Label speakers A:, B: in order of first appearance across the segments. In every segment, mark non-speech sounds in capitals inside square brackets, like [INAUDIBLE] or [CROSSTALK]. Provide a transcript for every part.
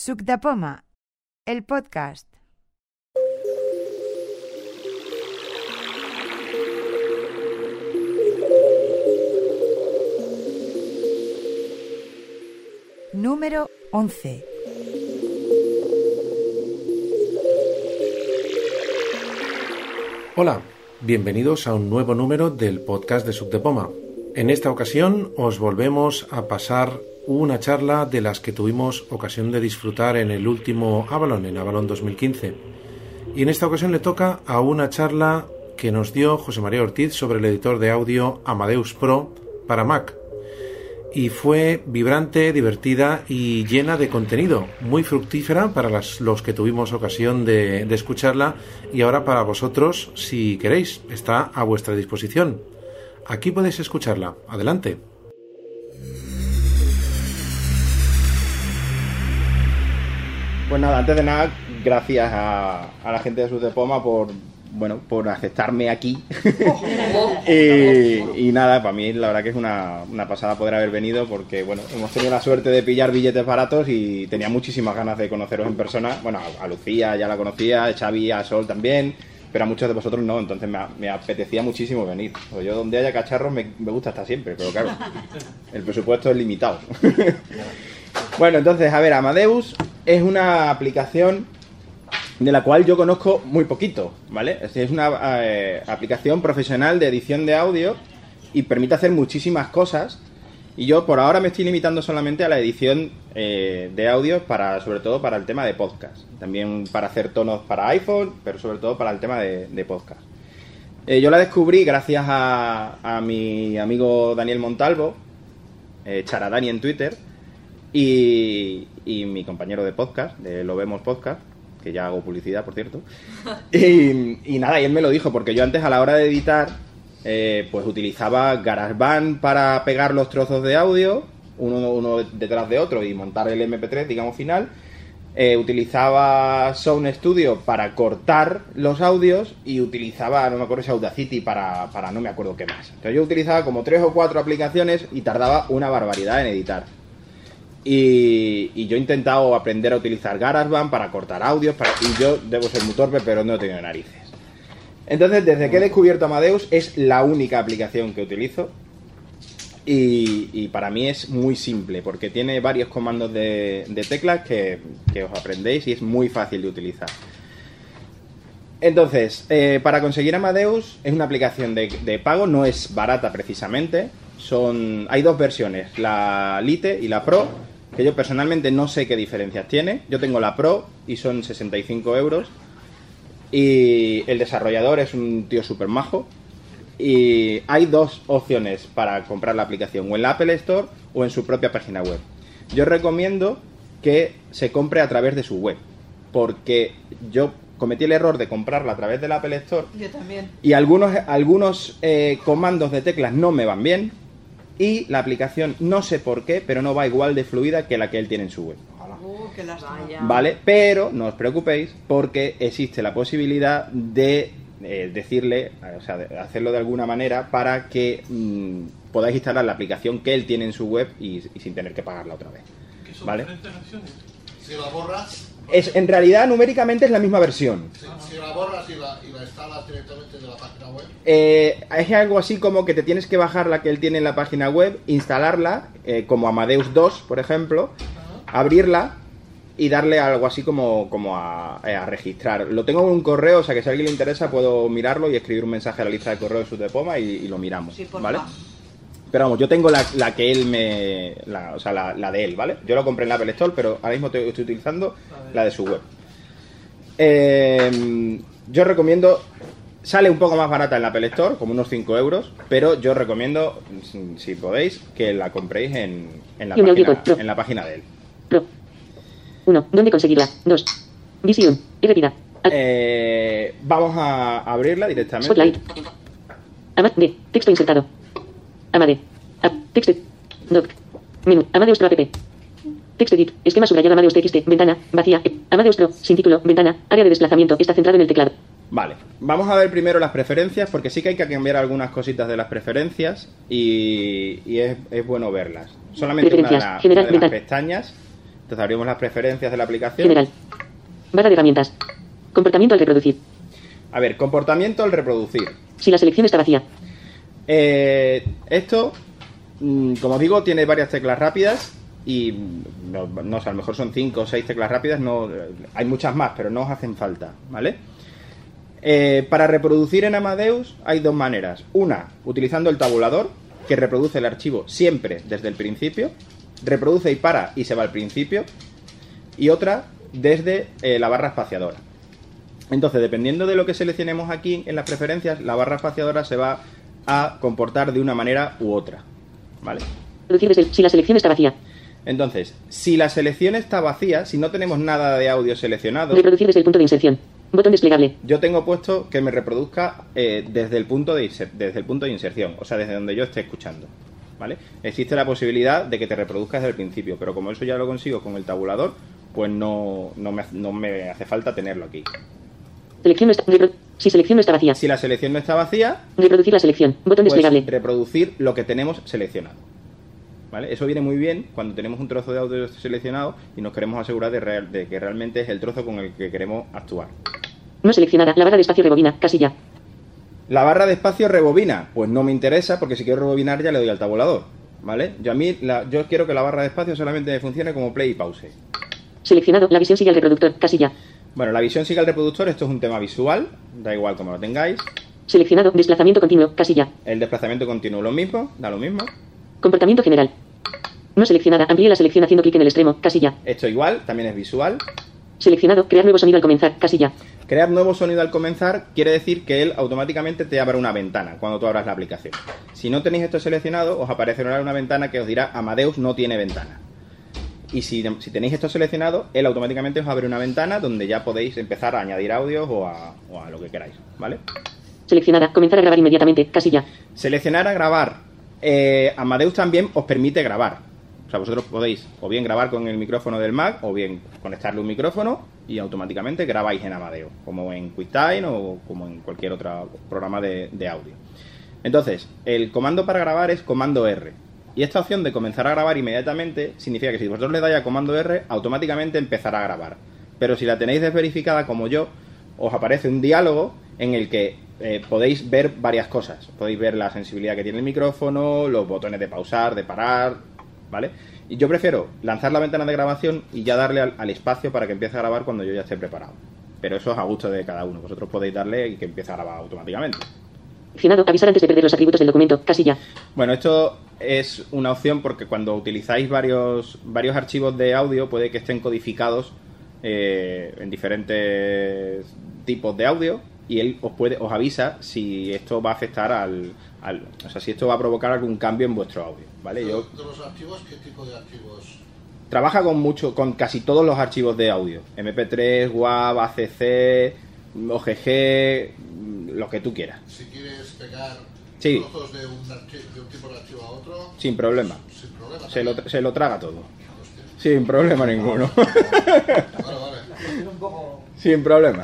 A: Suc de Poma, el podcast. Número 11.
B: Hola, bienvenidos a un nuevo número del podcast de Subdepoma. En esta ocasión os volvemos a pasar una charla de las que tuvimos ocasión de disfrutar en el último Avalon, en Avalon 2015. Y en esta ocasión le toca a una charla que nos dio José María Ortiz sobre el editor de audio Amadeus Pro para Mac. Y fue vibrante, divertida y llena de contenido, muy fructífera para las- los que tuvimos ocasión de, de escucharla y ahora para vosotros, si queréis, está a vuestra disposición. Aquí podéis escucharla. Adelante.
C: Pues nada, antes de nada, gracias a, a la gente de Sus de Poma por, bueno, por aceptarme aquí. y, y nada, para mí la verdad que es una, una pasada poder haber venido porque, bueno, hemos tenido la suerte de pillar billetes baratos y tenía muchísimas ganas de conoceros en persona. Bueno, a, a Lucía ya la conocía, a Xavi, a Sol también, pero a muchos de vosotros no, entonces me, a- me apetecía muchísimo venir. O yo donde haya cacharros me, me gusta estar siempre, pero claro, el presupuesto es limitado. [LAUGHS] Bueno, entonces, a ver, Amadeus es una aplicación de la cual yo conozco muy poquito, ¿vale? Es decir, es una eh, aplicación profesional de edición de audio y permite hacer muchísimas cosas. Y yo por ahora me estoy limitando solamente a la edición eh, de audio, para, sobre todo para el tema de podcast. También para hacer tonos para iPhone, pero sobre todo para el tema de, de podcast. Eh, yo la descubrí gracias a, a mi amigo Daniel Montalvo, eh, Charadani en Twitter, y, y mi compañero de podcast, de Lo Vemos Podcast, que ya hago publicidad, por cierto. Y, y nada, y él me lo dijo, porque yo antes a la hora de editar, eh, pues utilizaba GarageBand para pegar los trozos de audio, uno, uno detrás de otro, y montar el MP3, digamos, final. Eh, utilizaba Sound Studio para cortar los audios y utilizaba, no me acuerdo si Audacity para, para no me acuerdo qué más. Entonces yo utilizaba como tres o cuatro aplicaciones y tardaba una barbaridad en editar. Y, y yo he intentado aprender a utilizar GarageBand para cortar audios, para, y yo debo ser muy torpe, pero no he tenido narices. Entonces, desde que he descubierto Amadeus, es la única aplicación que utilizo. Y, y para mí es muy simple, porque tiene varios comandos de, de teclas que, que os aprendéis y es muy fácil de utilizar. Entonces, eh, para conseguir Amadeus es una aplicación de, de pago, no es barata precisamente. Son, hay dos versiones, la Lite y la Pro, que yo personalmente no sé qué diferencias tiene. Yo tengo la Pro y son 65 euros. Y el desarrollador es un tío súper majo. Y hay dos opciones para comprar la aplicación, o en la Apple Store o en su propia página web. Yo recomiendo que se compre a través de su web, porque yo cometí el error de comprarla a través de la Apple Store
D: Yo también.
C: y algunos, algunos eh, comandos de teclas no me van bien y la aplicación no sé por qué, pero no va igual de fluida que la que él tiene en su web.
E: oh,
D: Uh, qué lástima.
C: ¿Vale? Pero no os preocupéis porque existe la posibilidad de eh, decirle, o sea, de hacerlo de alguna manera para que mm, podáis instalar la aplicación que él tiene en su web y, y sin tener que pagarla otra vez.
F: Que son
C: ¿Vale?
F: diferentes versiones.
G: Si la borras,
C: Es, en realidad numéricamente es la misma versión.
G: si, si la borras y la, y la instalas directamente de la página web,
C: Eh, es algo así como que te tienes que bajar la que él tiene en la página web, instalarla, eh, como Amadeus 2, por ejemplo, abrirla y darle algo así como, como a, eh, a registrar. Lo tengo en un correo, o sea que si a alguien le interesa puedo mirarlo y escribir un mensaje a la lista de correo de Sudepoma y, y lo miramos.
D: Sí, por
C: ¿vale?
D: favor.
C: Pero vamos, yo tengo la, la que él me. la- o sea, la, la de él, ¿vale? Yo la compré en la Apple Store, pero ahora mismo te- estoy utilizando la de su web. Eh, yo recomiendo. Sale un poco más barata en la Apple Store, como unos 5 euros, pero yo recomiendo, si- si podéis, que la compréis en, en la,
H: Y un
C: página,
H: auditor, pro.
C: en la página de él.
H: Pro. 1. ¿Dónde conseguirla? 2. Visión. Repetida. Al-
C: Eh, vamos a abrirla directamente.
H: Spotlight. Amade. Texto insertado. Amade. App. Text. Doc. Menú. Amadeus Pro app. Text edit. Esquema subrayado Amadeus TXT. Ventana. Vacía. Amadeus Pro. Sin título. Ventana. Área de desplazamiento. Está centrado en el teclado.
C: Vale, vamos a ver primero las preferencias, porque sí que hay que cambiar algunas cositas de las preferencias y, y es, es bueno verlas. Solamente una de,
H: Preferencias,
C: la-
H: general,
C: una de las
H: mental.
C: pestañas Entonces abrimos las preferencias de la aplicación.
H: General. Barra de herramientas. Comportamiento al reproducir.
C: A ver, comportamiento al reproducir.
H: Si la selección está vacía.
C: Eh, esto, mm, como digo, tiene varias teclas rápidas y mm, no, no sé, a lo mejor son 5 o 6 teclas rápidas, no eh, hay muchas más, pero no os hacen falta, ¿vale? Eh, para reproducir en Amadeus hay dos maneras. Una, utilizando el tabulador, que reproduce el archivo siempre desde el principio, reproduce y para y se va al principio, y otra desde eh, la barra espaciadora. Entonces, dependiendo de lo que seleccionemos aquí en las preferencias, la barra espaciadora se va a comportar de una manera u otra. ¿Vale?
H: Reproducir desde el- si la selección está vacía.
C: Entonces, si la selección está vacía, si no tenemos nada de audio seleccionado,
H: Reproducir desde el punto de inserción. Botón desplegable.
C: yo tengo puesto que me reproduzca eh, desde, el punto de inser- desde el punto de inserción, o sea, desde donde yo esté escuchando. ¿Vale? Existe la posibilidad de que te reproduzca desde el principio, pero como eso ya lo consigo con el tabulador, pues no, no, me, hace- no me hace falta tenerlo aquí.
H: Selección no está, repro- si selección no está vacía.
C: Si la selección no está vacía,
H: Reproducir la selección. Botón
C: pues
H: desplegable.
C: reproducir lo que tenemos seleccionado. ¿Vale? Eso viene muy bien cuando tenemos un trozo de audio seleccionado y nos queremos asegurar de, real- de que realmente es el trozo con el que queremos actuar.
H: No seleccionada. La barra de espacio rebobina. Casilla.
C: La barra de espacio rebobina, pues no me interesa porque si quiero rebobinar ya le doy al tabulador, ¿vale? Yo a mí la- yo quiero que la barra de espacio solamente me funcione como play y pause.
H: Seleccionado. La visión sigue al reproductor. Casilla.
C: Bueno, la visión sigue al reproductor, esto es un tema visual, da igual como lo tengáis.
H: Seleccionado. Desplazamiento continuo. Casilla.
C: El desplazamiento continuo lo mismo, da lo mismo.
H: Comportamiento general. No seleccionada. Amplíe la selección haciendo clic en el extremo. Casilla.
C: Esto igual, también es visual.
H: Seleccionado. Crear nuevo sonido al comenzar. Casilla.
C: Crear nuevo sonido al comenzar quiere decir que él automáticamente te abra una ventana cuando tú abras la aplicación. Si no tenéis esto seleccionado, os aparecerá una ventana que os dirá Amadeus no tiene ventana. Y si, si tenéis esto seleccionado, él automáticamente os abre una ventana donde ya podéis empezar a añadir audios o a, o a lo que queráis, ¿vale?
H: Seleccionada. Comenzar a grabar inmediatamente. Casilla.
C: Seleccionar a grabar. Eh, Amadeus también os permite grabar. O sea, vosotros podéis o bien grabar con el micrófono del Mac o bien conectarle un micrófono y automáticamente grabáis en Amadeus, como en QuickTime o como en cualquier otro programa de, de audio. Entonces, el comando para grabar es comando R. Y esta opción de comenzar a grabar inmediatamente significa que si vosotros le dais a comando R, automáticamente empezará a grabar. Pero si la tenéis desverificada como yo, os aparece un diálogo en el que eh, podéis ver varias cosas. Podéis ver la sensibilidad que tiene el micrófono, los botones de pausar, de parar, ¿vale? Y yo prefiero lanzar la ventana de grabación y ya darle al, al espacio para que empiece a grabar cuando yo ya esté preparado. Pero eso es a gusto de cada uno. Vosotros podéis darle y que empiece a grabar automáticamente.
H: Seleccionado. Avisar antes de perder los atributos del documento. Casilla.
C: Bueno, esto es una opción porque cuando utilizáis varios, varios archivos de audio puede que estén codificados eh, en diferentes tipos de audio y él os puede os avisa si esto va a afectar al, al o sea si esto va a provocar algún cambio en vuestro audio, ¿vale? Yo
G: De los archivos, ¿qué tipo de archivos?
C: trabaja con mucho, con casi todos los archivos de audio. MP3, WAV, ACC, OGG, lo que tú quieras.
G: Si quieres pegar
C: Sí.
G: trozos de un, archi- de un tipo de archivo a otro,
C: Sin problema.
G: sin problema.
C: Se lo,
G: también.
C: se lo traga todo.
G: Hostia.
C: Sin problema ninguno. [LAUGHS]
G: Vale, vale.
C: Sin problema.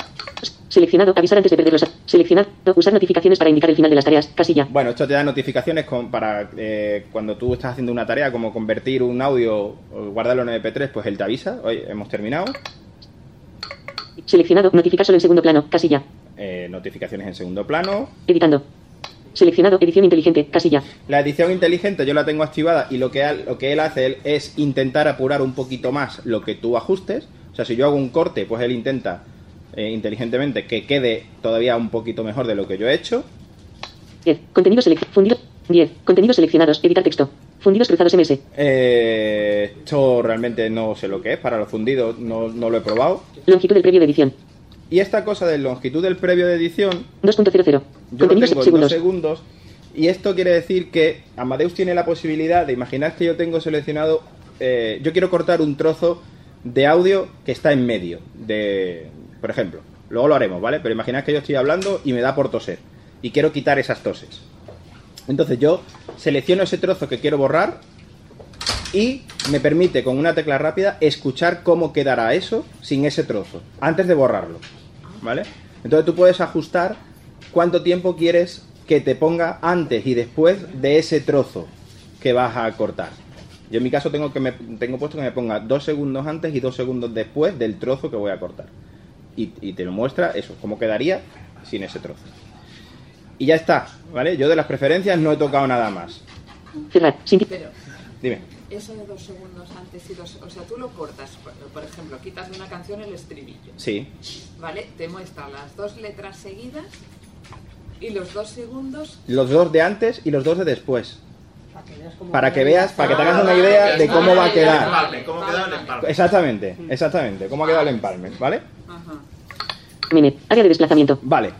H: Seleccionado. Avisar antes de perder los. a- Seleccionado. Usar notificaciones para indicar el final de las tareas. Casilla.
C: Bueno, esto te da notificaciones con- para eh, cuando tú estás haciendo una tarea, como convertir un audio, o guardarlo en MP3, pues él te avisa. Oye, hemos terminado.
H: Seleccionado. Notificar solo en segundo plano. Casilla.
C: Eh, notificaciones en segundo plano.
H: Editando. Seleccionado. Edición inteligente. Casilla.
C: La edición inteligente yo la tengo activada y lo que, al- lo que él hace él es intentar apurar un poquito más lo que tú ajustes. O sea, si yo hago un corte, pues él intenta eh, inteligentemente que quede todavía un poquito mejor de lo que yo he hecho.
H: 10. Contenido seleccionado. Fundido. 10. Contenidos seleccionados. Editar texto. Fundidos cruzados MS.
C: Eh, esto realmente no sé lo que es, para los fundidos no, no lo he probado.
H: Longitud del previo de edición.
C: Y esta cosa de longitud del previo de edición,
H: 2.00.
C: yo lo
H: Contenidos
C: tengo en
H: segundos.
C: dos segundos. Y esto quiere decir que Amadeus tiene la posibilidad de imaginar que yo tengo seleccionado. eh, yo quiero cortar un trozo de audio que está en medio. De, por ejemplo, luego lo haremos, ¿vale? Pero imaginad que yo estoy hablando y me da por toser. Y quiero quitar esas toses. Entonces yo selecciono ese trozo que quiero borrar y me permite con una tecla rápida escuchar cómo quedará eso sin ese trozo, antes de borrarlo. ¿Vale? Entonces tú puedes ajustar cuánto tiempo quieres que te ponga antes y después de ese trozo que vas a cortar. Yo en mi caso tengo, que me, tengo puesto que me ponga dos segundos antes y dos segundos después del trozo que voy a cortar. Y, y te lo muestra eso, cómo quedaría sin ese trozo. Y ya está, ¿vale? Yo de las preferencias no he tocado nada más.
H: Cerrar. Sin ti-
D: Pero
C: Dime.
D: eso de dos segundos antes y dos... O sea, tú lo cortas, por- por ejemplo, quitas de una canción el estribillo,
C: Sí,
D: ¿vale? Te muestra las dos letras seguidas y los dos segundos...
C: los dos de antes y los dos de después.
F: Para que veas cómo-
C: Para que veas, para que te
D: Ah,
C: hagas una
D: vale,
C: idea
D: ya
C: de
D: está.
C: cómo va a
D: Ya,
I: Ah,
C: quedar.
D: vale,
G: ¿Cómo
D: vale,
G: queda el
D: vale.
G: empalme?
C: Exactamente,
F: Mm.
C: exactamente. ¿Cómo ha quedado el empalme? ¿Vale?
D: Ajá.
H: Menú. Área de desplazamiento.
C: Vale.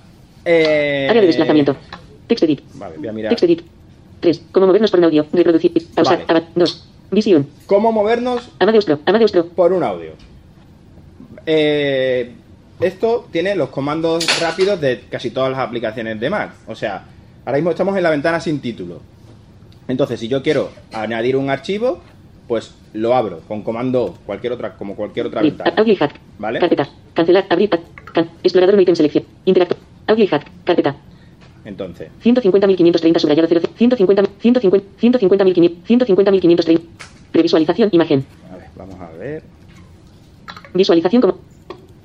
C: Eh,
H: Área de desplazamiento. Text edit.
C: Vale, voy a mirar.
H: Text edit. 3. Cómo movernos por un audio. Reproducir. Pausar.
C: Vale.
H: Avanzar. 2. Visión.
C: ¿Cómo movernos
H: Amadeus Pro. Amadeus Pro.
C: por un audio. Eh, esto tiene los comandos rápidos de casi todas las aplicaciones de Mac. O sea, ahora mismo estamos en la ventana sin título. Entonces, si yo quiero añadir un archivo, pues lo abro con comando cualquier otra, como cualquier otra
H: Abrir.
C: ventana.
H: Audio y hack.
C: Vale.
H: Carpeta. Cancelar. Abrir. Ac- can- Explorador. No item selección. Interacto. Audio y hack. Carpeta.
C: Entonces,
H: 150.530 subrayado 0. 150. 150. 150.500. 150.530. Previsualización. Imagen.
C: a ver, vamos a ver.
H: Visualización como.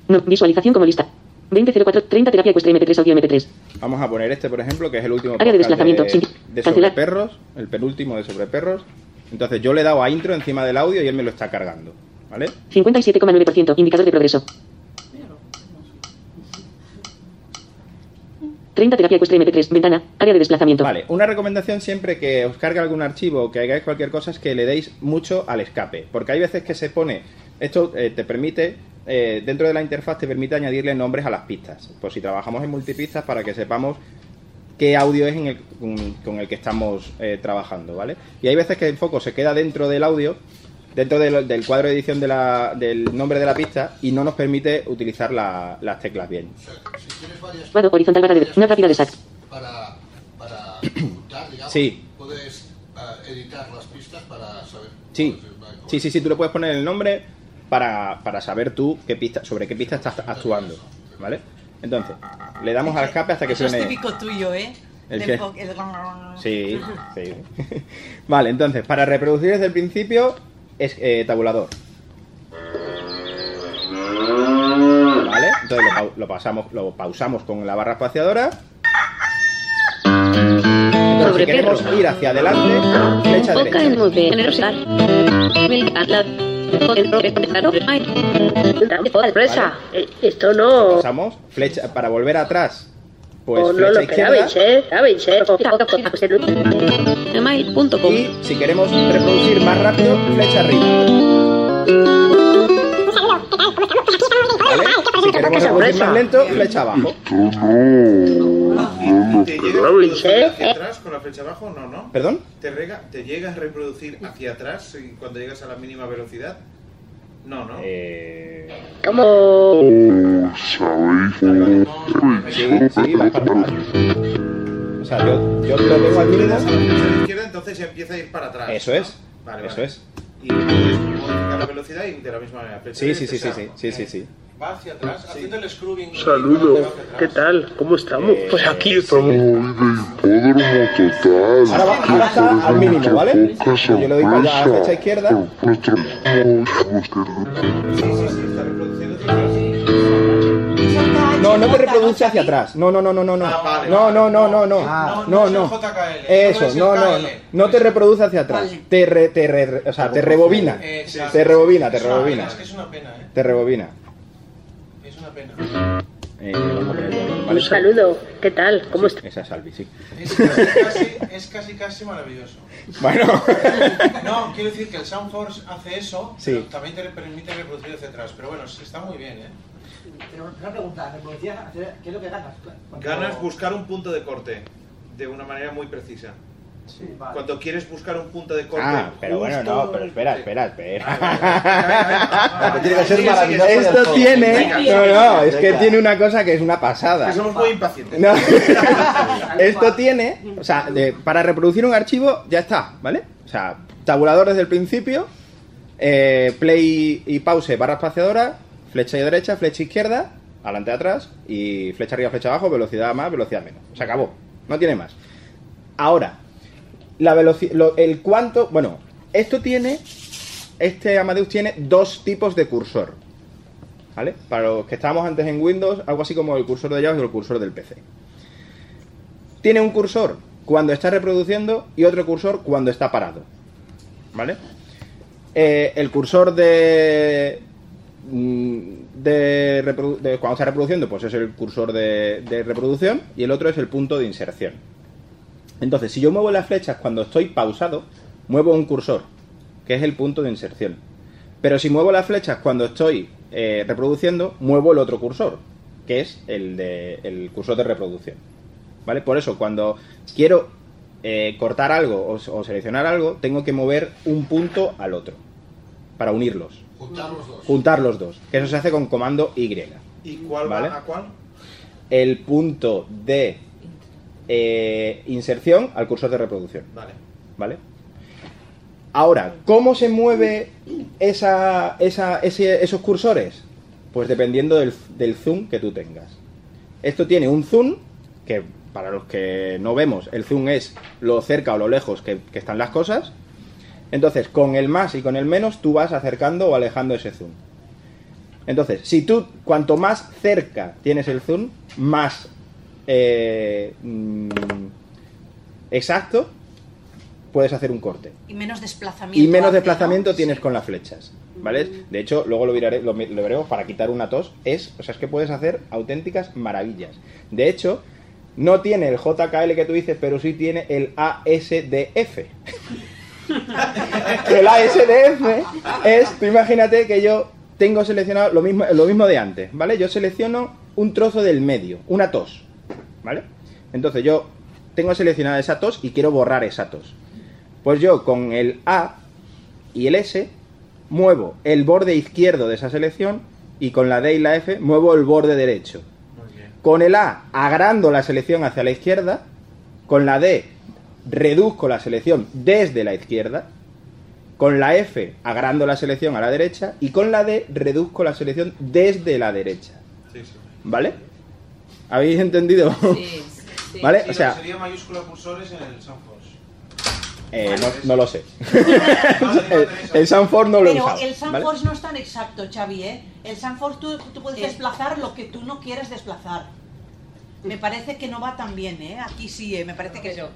H: No, visualización como lista. 2004 30 terapia ecuestre MP3 audio MP3.
C: Vamos a poner este, por ejemplo, que es el último
H: Área de
C: podcast
H: desplazamiento,
C: de,
H: sin-
C: de sobre
H: cancelar.
C: perros, el penúltimo de sobre perros. Entonces yo le he dado a intro encima del audio y él me lo está cargando, ¿vale?
H: 57,9% indicador de progreso. 30 terapia ecuestre MP3 ventana área de desplazamiento.
C: Vale, una recomendación siempre que os cargue algún archivo o que hagáis cualquier cosa es que le deis mucho al escape, porque hay veces que se pone, esto eh, te permite, eh, dentro de la interfaz te permite añadirle nombres a las pistas, por si trabajamos en multipistas para que sepamos qué audio es en el- con, con el que estamos eh, trabajando, ¿vale? Y hay veces que el foco se queda dentro del audio, dentro de lo- del cuadro de edición de la- del nombre de la pista y no nos permite utilizar la- las teclas bien.
G: O sea, si tienes varias
H: Cuadro horizontal barra de una rápida de sac.
G: para,
C: [CLEARS THROAT]
G: para juntar, digamos,
C: Sí.
G: puedes ah, editar las pistas para saber.
C: Sí,
G: cuál es el blanco.
C: sí, sí, sí, tú le puedes poner el nombre para, para saber tú qué pista, sobre qué pista estás actuando, ¿vale? Entonces, le damos al escape hasta que
F: Eso es
C: suene...
F: típico tuyo, ¿eh?
C: ¿El
F: Del
C: qué?
F: po- el-
C: Sí, sí. [LAUGHS] Vale, entonces, para reproducir desde el principio, es eh, tabulador. ¿Vale? Entonces lo, pau- lo pasamos, lo pausamos con la barra espaciadora. Entonces, si
J: Sobre
C: queremos ir hacia adelante, flecha
J: Foca en
C: derecha.
J: move, en rosar. Mil atlas. El pro- el caro, ay.
K: sorpresa. Eh, Esto no.
C: Pasamos flecha para volver atrás. Pues
K: o no
C: flecha
K: lo
C: izquierda.
K: esperabais, ¿eh? Esperabais, ¿eh?
J: Email.com.
C: Y si queremos reproducir más rápido, flecha arriba. ¿Vale? Si queremos reproducir más lento, flecha abajo.
I: ¿Te llega a reproducir hacia atrás con la flecha abajo? No, no.
C: ¿Perdón?
I: ¿Te, rega- ¿Te llega a reproducir hacia atrás y cuando llegas a la mínima velocidad? No, no.
C: Eh,
K: ¿Cómo?
C: sí, sí, vas para atrás. O sea, yo, yo lo tengo al
I: Si le das a la
C: mínimo.
I: flecha de la izquierda, entonces ya empieza a ir para atrás.
C: Eso es.
I: Vale,
C: Eso
I: vale.
C: es.
I: Y puedes modificar la velocidad y de la misma manera. flecha
C: Sí, sí, sí, sí,
I: derecha, o sea, eh,
C: sí, sí, sí, sí.
G: Va hacia atrás, haciendo el scrubbing.
I: Saludo.
K: ¿Qué tal? ¿Cómo estamos? Pues aquí
C: Ahora, va- ahora está al mínimo, ¿vale? Yo le doy para la flecha izquierda.
I: Sí, sí, sí, está reproduciendo. hacia atrás.
C: No, no te reproduce hacia atrás. No, no, no, no, no, no.
I: Ah, vale,
C: No,
I: vale.
C: no, no, no,
I: Ah.
C: no. No,
I: No, no es
C: no.
I: el JKL, no
C: Eso,
I: es el
C: no, no, no.
I: KL.
C: No te reproduce hacia atrás.
F: Vale.
C: Te re- te re- o sea, te rebobina.
I: Exacto.
C: Te rebobina, te
I: Es una pena,
C: rebobina.
I: Es que es una pena, ¿eh?
C: Te rebobina.
I: Es una pena.
C: Eh, vamos a poner-
K: Un
C: vale.
K: saludo. ¿Qué tal? ¿Cómo estás?
C: Esa es Albi, sí.
I: Es casi, casi, es casi, casi maravilloso.
C: Bueno. [LAUGHS]
I: No, quiero decir que el Soundforce hace eso,
C: Sí.
I: pero también te permite reproducir hacia atrás. Pero bueno, está muy bien, ¿eh?
F: Pero una pregunta, ¿me podrías hacer- ¿qué es lo que ganas? Cuando-
I: Ganas buscar un punto de corte de una manera muy precisa.
F: Sí, vale.
I: Cuando quieres buscar un punto de corte.
C: Ah, pero bueno,
I: justo-
C: no, pero espera, espera, espera.
I: Venga,
E: tiene que ser
I: sigue, sigue,
E: maravilloso.
I: sigue.
C: Esto tiene. No, no, es que
E: Venga.
C: tiene una cosa que es una pasada.
I: Que Ah, somos muy
C: [LAUGHS]
I: impacientes.
C: No. Esto tiene, o sea, de- para reproducir un archivo ya está, ¿vale? O sea, tabulador desde el principio, eh, play y pause, barra espaciadora, flecha derecha, flecha izquierda, adelante atrás y flecha arriba, flecha abajo, velocidad más, velocidad menos. Se acabó, no tiene más. Ahora, la veloci- lo- el cuánto, bueno, Esto tiene, este Amadeus tiene dos tipos de cursor. ¿Vale? Para los que estábamos antes en Windows, algo así como el cursor de Java o el cursor del PC. Tiene un cursor cuando está reproduciendo y otro cursor cuando está parado. ¿Vale? Eh, el cursor de, mm, de, reprodu- de cuando está reproduciendo, pues es el cursor de, de reproducción y el otro es el punto de inserción. Entonces, si yo muevo las flechas cuando estoy pausado, muevo un cursor, que es el punto de inserción. Pero si muevo las flechas cuando estoy eh, reproduciendo, muevo el otro cursor, que es el, de, el cursor de reproducción. ¿Vale? Por eso, cuando quiero eh, cortar algo o, o seleccionar algo, tengo que mover un punto al otro, para unirlos
G: Juntar los dos.
C: juntar los dos, que eso se hace con comando Y.
I: ¿Y cuál
C: Vale.
I: va a cuál?
C: El punto de eh, inserción al cursor de reproducción.
I: Vale.
C: ¿Vale? Ahora, ¿cómo se mueve esa, esa- ese- esos cursores? Pues dependiendo del, del zoom que tú tengas. Esto tiene un zoom, que para los que no vemos, el zoom es lo cerca o lo lejos que, que están las cosas. Entonces, con el más y con el menos, tú vas acercando o alejando ese zoom. Entonces, si tú, cuanto más cerca tienes el zoom, más eh, mm, exacto puedes hacer un corte.
E: Y menos desplazamiento.
C: Y menos
E: hace,
C: desplazamiento
E: ¿no?
C: tienes con las flechas, ¿vale? De hecho, luego lo, virare- lo, mi- lo veremos para quitar una tos. Es, o sea, es que puedes hacer auténticas maravillas. De hecho, no tiene el JKL que tú dices, pero sí tiene el ASDF. [LAUGHS] el ASDF es, tú imagínate que yo tengo seleccionado lo mismo, lo mismo de antes, ¿vale? Yo selecciono un trozo del medio, una tos, ¿vale? Entonces yo tengo seleccionada esa tos y quiero borrar esa tos. Pues yo con el A y el S muevo el borde izquierdo de esa selección y con la D y la F muevo el borde derecho. Con el A agrando la selección hacia la izquierda, con la D reduzco la selección desde la izquierda, con la F agrando la selección a la derecha y con la D reduzco la selección desde la derecha.
I: Sí, sí.
C: ¿Vale? ¿Habéis entendido? [LAUGHS] ¿Vale? Eh,
I: Sí, lo
C: o sea,
I: que sería mayúscula cursores en el Sanfors.
C: eh, no, no lo sé. el, [LAUGHS] el Sanford no lo he
E: Pero
C: usado.
E: el
C: ¿vale?
E: Sanford no es tan exacto, Xavi, ¿eh? El Sanford tú, tú puedes desplazar lo que tú no quieres desplazar. Me parece que no va tan bien, ¿eh? Aquí sí, ¿eh? me parece que yo.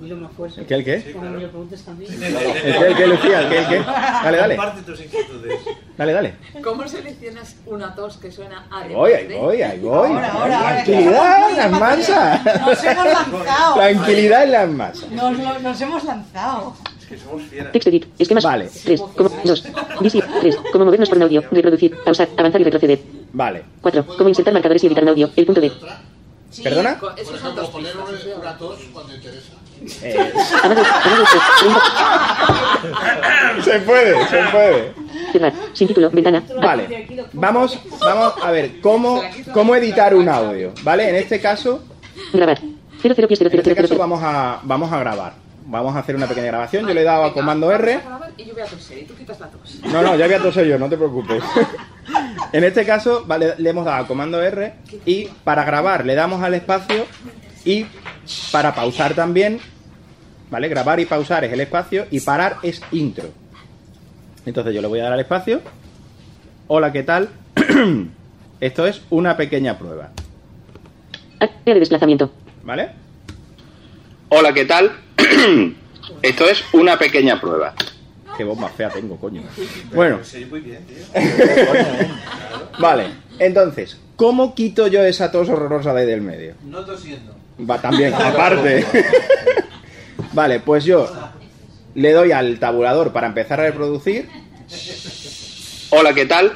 L: Dilo más fuerte.
C: ¿El qué, el qué?
L: Ahora me lo preguntes también.
C: ¿El qué, el qué, Lucía? ¿El qué, el qué? Dale, dale.
I: Comparte tus inquietudes.
C: Dale, dale.
D: ¿Cómo seleccionas una tos que suena a
C: Ahí voy, ahí voy, ahí voy. Tranquilidad en las masas.
E: Nos hemos lanzado.
C: Tranquilidad en las masas.
E: Nos, lo- nos hemos lanzado.
H: Text edit. Esquemas.
C: Vale.
H: 3. Como, 2. Visip. 3. Cómo movernos por un audio. Reproducir. Pausar. Avanzar y retroceder.
C: Vale.
H: 4. Cómo insertar marcadores y editar un audio. El punto D.
C: ¿Perdona?
G: Por ejemplo, poner una, una tos cuando interesa.
C: Eh.
H: Amadeus. Amadeus. tres, treinta.
C: Se puede, se puede.
H: Cerrar. Sin título. Ventana.
C: Vale. Vamos, vamos a ver cómo, cómo editar un audio, ¿vale? En este caso,
H: Grabar. 00 pies
C: en
H: 00
C: este caso vamos a vamos a grabar. Vamos a hacer una pequeña grabación. Yo le he dado a comando R.
D: Y yo voy a toser y tú quitas la tos.
C: No, no, ya voy a toser yo, no te preocupes. [LAUGHS] En este caso, vale, le hemos dado a comando R y para grabar le damos al espacio y para pausar también, ¿vale? Grabar y pausar es el espacio y parar es intro. Entonces yo le voy a dar al espacio. Hola, ¿qué tal? [CLEARS THROAT] Esto es una pequeña prueba,
H: Área de desplazamiento.
C: ¿vale? Hola, ¿qué tal? [CLEARS THROAT] Esto es una pequeña prueba. Qué bomba fea tengo, coño. Bueno, eh.
I: Sí, muy bien,
C: [LAUGHS]
I: tío.
C: Vale, entonces, ¿cómo quito yo esa tos horrorosa de ahí del medio?
I: No tosiendo.
C: Va
I: [LAUGHS]
C: también, aparte. [LAUGHS] vale, pues yo le doy al tabulador para empezar a reproducir. Hola, ¿qué tal?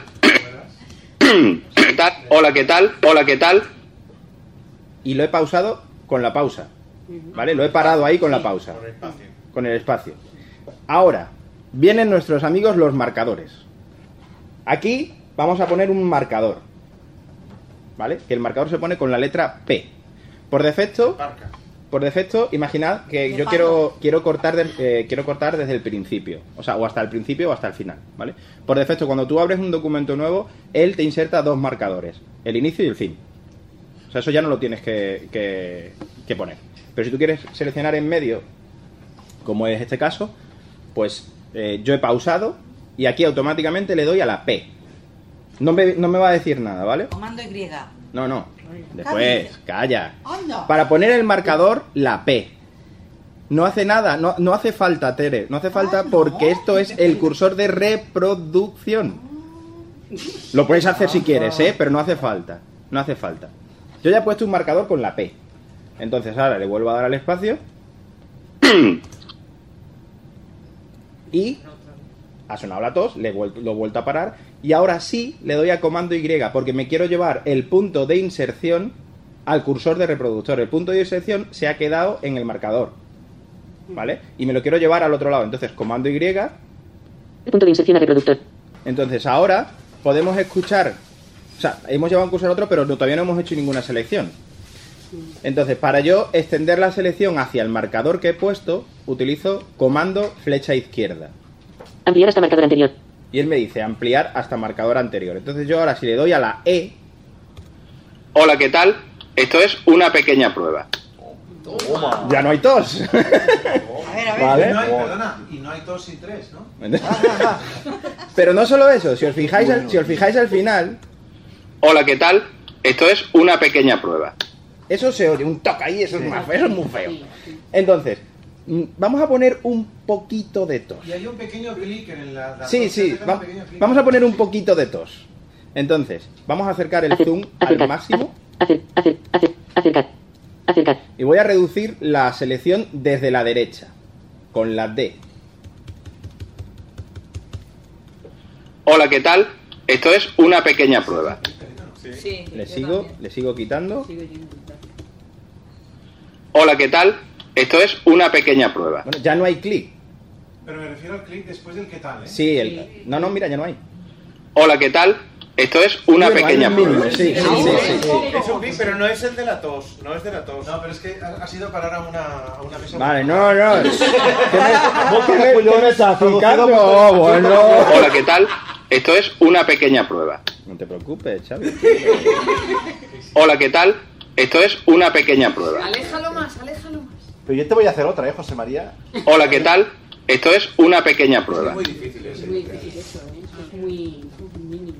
C: Hola, [COUGHS] ¿qué tal? Hola, ¿qué tal? Y lo he pausado con la pausa. ¿Vale? Lo he parado ahí con la pausa. Con el espacio. Ahora, vienen nuestros amigos los marcadores. Aquí vamos a poner un marcador. ¿Vale? Que el marcador se pone con la letra P. Por defecto, por defecto, imaginad que yo quiero, quiero, cortar del- eh, quiero cortar desde el principio. O sea, o hasta el principio o hasta el final. ¿Vale? Por defecto, cuando tú abres un documento nuevo, él te inserta dos marcadores. El inicio y el fin. O sea, eso ya no lo tienes que, que- que poner. Pero si tú quieres seleccionar en medio como es este caso, pues eh, yo he pausado y aquí automáticamente le doy a la P. No me, no me va a decir nada, ¿vale?
E: Comando Y.
C: No, no. Después, calla.
E: ¡Anda!
C: Para poner el marcador, la P. No hace nada, no, no hace falta, Tere. No hace falta porque esto es el cursor de reproducción. Lo puedes hacer si quieres, ¿eh? Pero no hace falta. No hace falta. Yo ya he puesto un marcador con la P. Entonces ahora le vuelvo a dar al espacio. Y ha sonado la tos, le he vuel- lo he vuelto a parar. Y ahora sí le doy a comando Y porque me quiero llevar el punto de inserción al cursor de reproductor. El punto de inserción se ha quedado en el marcador. ¿Vale? Y me lo quiero llevar al otro lado. Entonces, comando Y.
H: Punto de inserción a reproductor.
C: Entonces, ahora podemos escuchar. O sea, hemos llevado un cursor a otro, pero no- todavía no hemos hecho ninguna selección. Entonces, para yo extender la selección hacia el marcador que he puesto, utilizo comando flecha izquierda.
H: Ampliar hasta marcador anterior.
C: Y él me dice ampliar hasta marcador anterior. Entonces yo ahora si le doy a la E.
L: Hola, ¿qué tal? Esto es una pequeña prueba.
C: Ya no hay tos. [LAUGHS]
I: Y no hay,
C: ¿Vale?
I: perdona, y no hay tos y tres, ¿no?
C: [LAUGHS] Pero no solo eso, si os fijáis, al, si os fijáis al final,
L: Hola, ¿qué tal? Esto es una pequeña prueba.
C: eso se oye, un toque ahí, eso, es, más, eso es muy feo. Entonces, mm, vamos a poner un poquito de tos.
I: Y hay un pequeño clic en la. la
C: Sí,
I: tos,
C: sí,
I: deja un
C: va-
I: pequeño clic.
C: vamos a poner un poquito de tos. Entonces, vamos a acercar el zoom al máximo.
H: Acercar. Acercar.
C: Y voy a reducir la selección desde la derecha, con la D.
L: Hola, ¿qué tal? Esto es una pequeña prueba.
D: Sí,
C: Le sigo, le sigo quitando.
L: Hola, ¿qué tal? Esto es una pequeña prueba.
C: Bueno, ya no hay clic.
I: Pero me refiero al clic después del qué tal, ¿eh?
C: Sí, el... No, no, mira, ya no hay.
L: Hola, ¿qué tal? Esto es una
C: Bueno,
L: pequeña
C: hay un
L: prueba.
C: mínimo, sí, sí, sí, sí.
I: Es un clic, pero no es el de la tos. No es de la tos. No, pero es que ha, ha sido parar a una, a una mesa.
C: Vale, no, no. ¿Qué me, qué me- qué me estás Oh, picando?
L: [LAUGHS] Hola, ¿qué tal? Esto es una pequeña prueba.
C: No te preocupes, Xavi.
L: Hola, ¿qué tal? Esto es una pequeña prueba.
D: Aléjalo más, aléjalo más.
L: Pero yo te voy a hacer otra, ¿eh, José María? Hola, ¿qué tal? Esto es una pequeña prueba.
I: difícil
M: Es muy difícil eso, ¿eh? Eso es muy mínimo.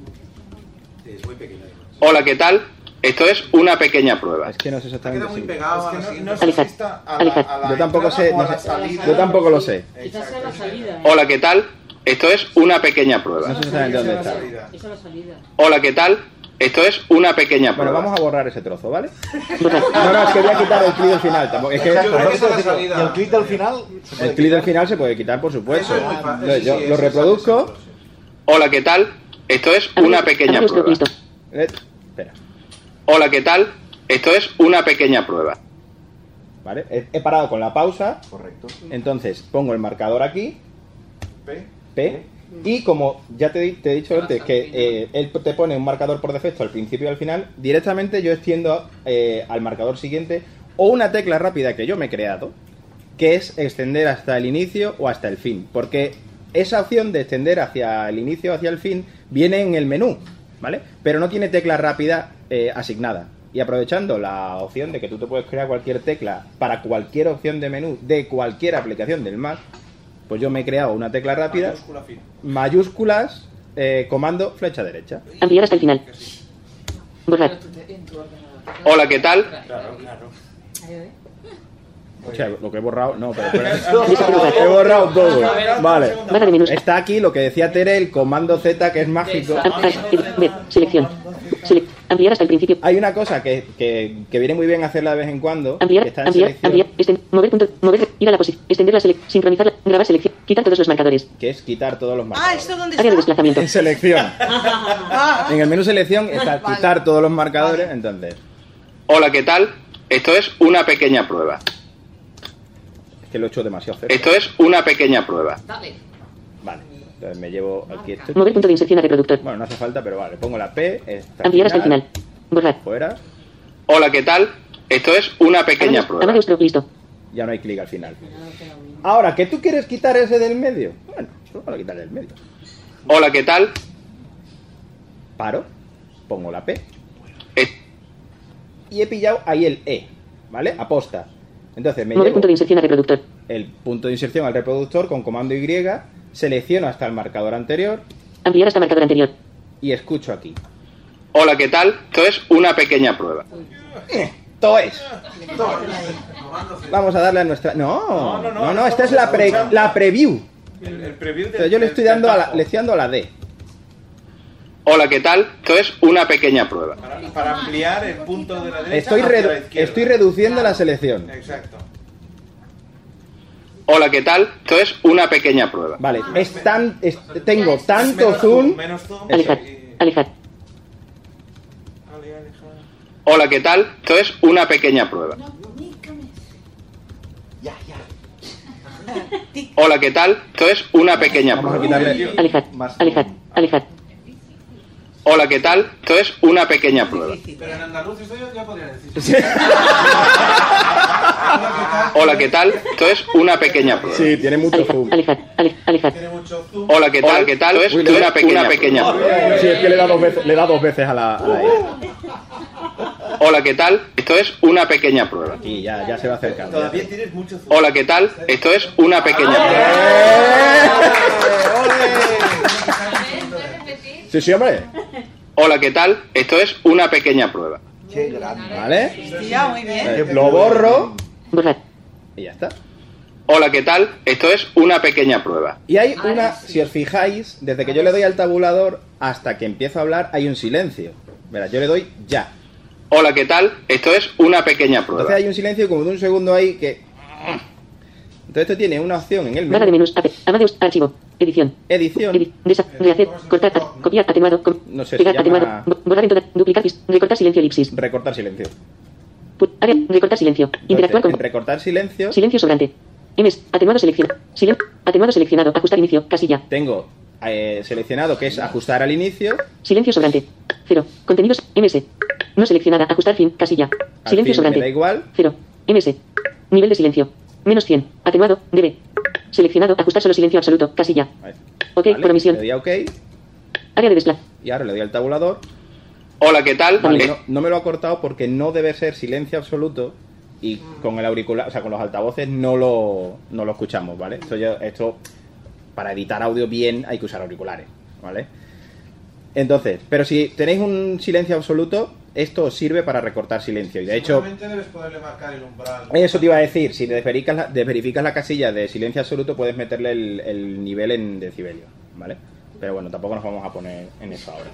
I: Es muy pequeño.
L: Hola, ¿qué tal? Esto es una pequeña prueba.
C: Es que no sé exactamente.
I: Muy
C: si-
I: pegado a la siguiente
L: no sé si
I: frase.
L: está
I: a la- a la
C: Yo tampoco
I: entrada
C: sé.
I: o a
C: no
I: la
C: sé-
I: salida.
C: Yo tampoco lo sé.
M: Quizás sea la salida, ¿eh?
L: Hola, ¿qué tal? Esto es una pequeña prueba.
C: No sé exactamente dónde
M: Esa es la
C: está.
M: salida. Esa es la salida.
L: Hola, ¿qué tal? Esto es una pequeña
C: Bueno,
L: prueba.
C: vamos a borrar ese trozo, ¿vale? No, no, es que voy a quitar el clic del final. tampoco- Es que
N: Exacto, no sé decirlo. Y el clic del final.
C: el clic del final se puede quitar, por supuesto.
N: Eso es muy fácil,
C: Entonces,
N: sí,
C: yo
N: sí,
C: lo
N: eso
C: reproduzco.
L: Hola, ¿qué tal? Esto es una pequeña prueba.
C: Eh,
L: Hola, ¿qué tal? Esto es una pequeña prueba.
C: Vale, he, he parado con la pausa. Correcto. Entonces, pongo el marcador aquí,
I: ¿Ve?
C: P. Y como ya te, di- te he dicho antes que eh, él te pone un marcador por defecto al principio y al final, directamente yo extiendo eh, al marcador siguiente o una tecla rápida que yo me he creado, que es extender hasta el inicio o hasta el fin. Porque esa opción de extender hacia el inicio o hacia el fin viene en el menú, ¿vale? Pero no tiene tecla rápida eh, asignada. Y aprovechando la opción de que tú te puedes crear cualquier tecla para cualquier opción de menú de cualquier aplicación del Mac, pues yo me he creado una tecla rápida,
I: Mayúscula fin.
C: mayúsculas, eh, comando, flecha derecha.
H: Ampliar hasta el final. Borrar.
L: Hola, ¿qué tal?
I: Claro, claro.
C: O sea, lo que he borrado, no, pero, pero- he borrado todo. Vale. Está aquí lo que decía Tere, el comando Z que es mágico.
H: Selección. Selec- Ampliar hasta el principio.
C: Hay una cosa que, que- que viene muy bien hacerla de vez en cuando. que
H: Ampliar,
C: está en
H: ampliar,
C: selección,
H: ampliar, exten- mover punto, mover, ir a la posición, extender la selección, sincronizar, la- grabar selección, quitar todos los marcadores.
C: que es quitar todos los
E: Ah,
C: marcadores.
E: ¿esto dónde
H: Área de
E: está?
H: desplazamiento.
C: [LAUGHS] En
E: [LAUGHS]
C: selección. En el menú selección está
E: Vale.
C: quitar todos los marcadores, entonces.
L: Hola, ¿qué tal? Esto es una pequeña prueba.
C: Es que lo he hecho demasiado cerca.
L: Esto es una pequeña prueba.
D: Dale.
C: Vale. Entonces me llevo aquí esto.
H: Mover punto de inserción a reproductor.
C: Bueno, no hace falta, pero vale. Pongo la P. esta
H: Ampliar hasta el final. Borrar.
C: Fuera.
L: Hola, ¿qué tal? Esto es una pequeña prueba.
H: Amadeus Pro, listo.
C: Ya no hay clic al final. Ahora, que tú quieres quitar ese del medio. Bueno, solo para quitar el del medio.
L: Hola, ¿qué tal?
C: Paro. Pongo la P. Y he pillado ahí el E. ¿Vale? Aposta. Entonces me
H: Mover
C: llevo
H: punto de inserción a reproductor.
C: el punto de inserción al reproductor con comando Y, selecciono hasta el marcador anterior
H: Ampliar hasta marcador anterior.
C: y escucho aquí.
L: Hola, ¿qué tal? Esto es una pequeña prueba.
C: Esto es. Vamos a darle a nuestra. No, no, no, esta es la, pre- la preview.
I: El, el preview
C: O sea, yo le estoy dando a la, le estoy dando a la D.
L: Hola, ¿qué tal? Esto es una pequeña prueba.
I: para, para ampliar el punto de la derecha.
C: Estoy,
I: hacia
C: redu-
I: la izquierda.
C: estoy reduciendo la selección.
I: Exacto.
L: Hola, ¿qué tal? Esto es una pequeña prueba.
C: Vale, es tan, es- tengo tanto
L: menos
C: zoom.
L: zoom, menos zoom.
C: Eso.
L: Alejar. Hola, ¿qué tal? Esto es una pequeña prueba. [LAUGHS] Hola, ¿qué tal? Esto es una pequeña prueba.
H: Alejar. Alejar. Alejar.
L: Hola, ¿qué tal? Esto es una pequeña
E: [LAUGHS]
L: prueba.
I: Pero en andaluz esto yo ya podría decir.
L: Hola, ¿qué tal? Esto es una pequeña prueba.
C: Sí, tiene mucho zoom.
L: Hola, ¿qué tal? ¿Qué tal? Esto es una pequeña, prueba.
C: Sí, es que le da dos veces, le da dos veces a la. a la I.
L: Hola, ¿qué tal? Esto es una pequeña prueba.
C: Y ya, ya se va acercando.
I: Todavía tienes mucho zoom.
L: Hola, ¿qué tal? Esto es una pequeña prueba.
C: ¡Eh! Sí, sí, hombre.
L: Hola, ¿qué tal? Esto es una pequeña prueba.
N: Qué grande.
C: ¿Vale?
E: Hostia, muy bien.
C: Lo borro. Y ya está.
L: Hola, ¿qué tal? Esto es una pequeña prueba.
C: Y hay una, si os fijáis, desde que yo le doy al tabulador hasta que empiezo a hablar hay un silencio. Verá, yo le doy ya.
L: Hola, ¿qué tal? Esto es una pequeña prueba.
C: Entonces hay un silencio como de un segundo ahí que... Entonces esto tiene una opción en el
H: Barra de
C: menú.
H: menús. Ape- Amadeus. Archivo. Edición.
C: Edición.
H: Edi- desa- rehacer. Cortar. a- Copiar. Atenuado. com-
C: Eh, No sé, se
H: pegar.
C: llama-
H: Atenuado. bo- Borrar. en total, Duplicar. pis- Recortar. Silencio. Elipsis.
C: Recortar silencio.
H: Pu- área, Recortar. Silencio. Interactuar con.
C: Entonces, en recortar silencio
H: Silencio sobrante. Ms. Atenuado. Seleccionado. Silencio. Atenuado. Seleccionado. Ajustar. Inicio. Casilla.
C: tengo eh, seleccionado que es ajustar al inicio.
H: Silencio sobrante. Cero. Contenidos. Ms. No seleccionada. Ajustar. Fin. Casilla.
C: Al
H: Silencio
C: fin me da
H: sobrante.
C: igual.
H: Cero. MS. Nivel de silencio. Menos 100. Atenuado. DB. Seleccionado. Ajustar solo silencio absoluto. Casilla. Ok.
C: Vale,
H: Por omisión.
C: Le doy a OK
H: Área de desplaz.
C: y ahora le doy al tabulador.
L: Hola, ¿qué tal?
C: Vale,
L: Eh,
C: no, no me lo ha cortado porque no debe ser silencio absoluto y con el auricular, o sea, con los altavoces no lo, no lo escuchamos, ¿vale? Esto, ya- esto, para evitar audio bien, hay que usar auriculares, ¿vale? Entonces, pero si tenéis un silencio absoluto, esto os sirve para recortar silencio. Y de hecho,
I: Seguramente debes poderle marcar el umbral.
C: eso te iba a decir, si desverificas la, desverificas la casilla de silencio absoluto, puedes meterle el, el nivel en decibelio, ¿vale? Pero bueno, tampoco nos vamos a poner en eso ahora.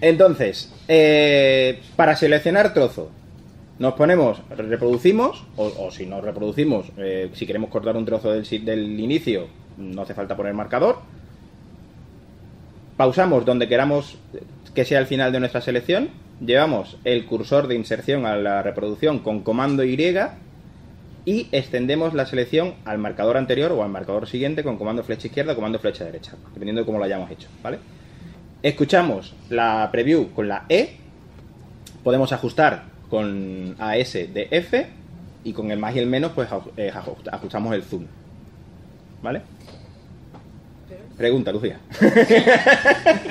C: Entonces, eh, para seleccionar trozo, nos ponemos, reproducimos, o, o si no reproducimos, eh, si queremos cortar un trozo del, si- del inicio, no hace falta poner marcador. Pausamos donde queramos que sea el final de nuestra selección. Llevamos el cursor de inserción a la reproducción con comando Y y extendemos la selección al marcador anterior o al marcador siguiente con comando flecha izquierda o comando flecha derecha, dependiendo de cómo lo hayamos hecho, ¿vale? Escuchamos la preview con la E, podemos ajustar con AS de F y con el más y el menos pues aj- eh, ajusta- ajustamos el zoom, ¿vale? Pregunta, Lucía.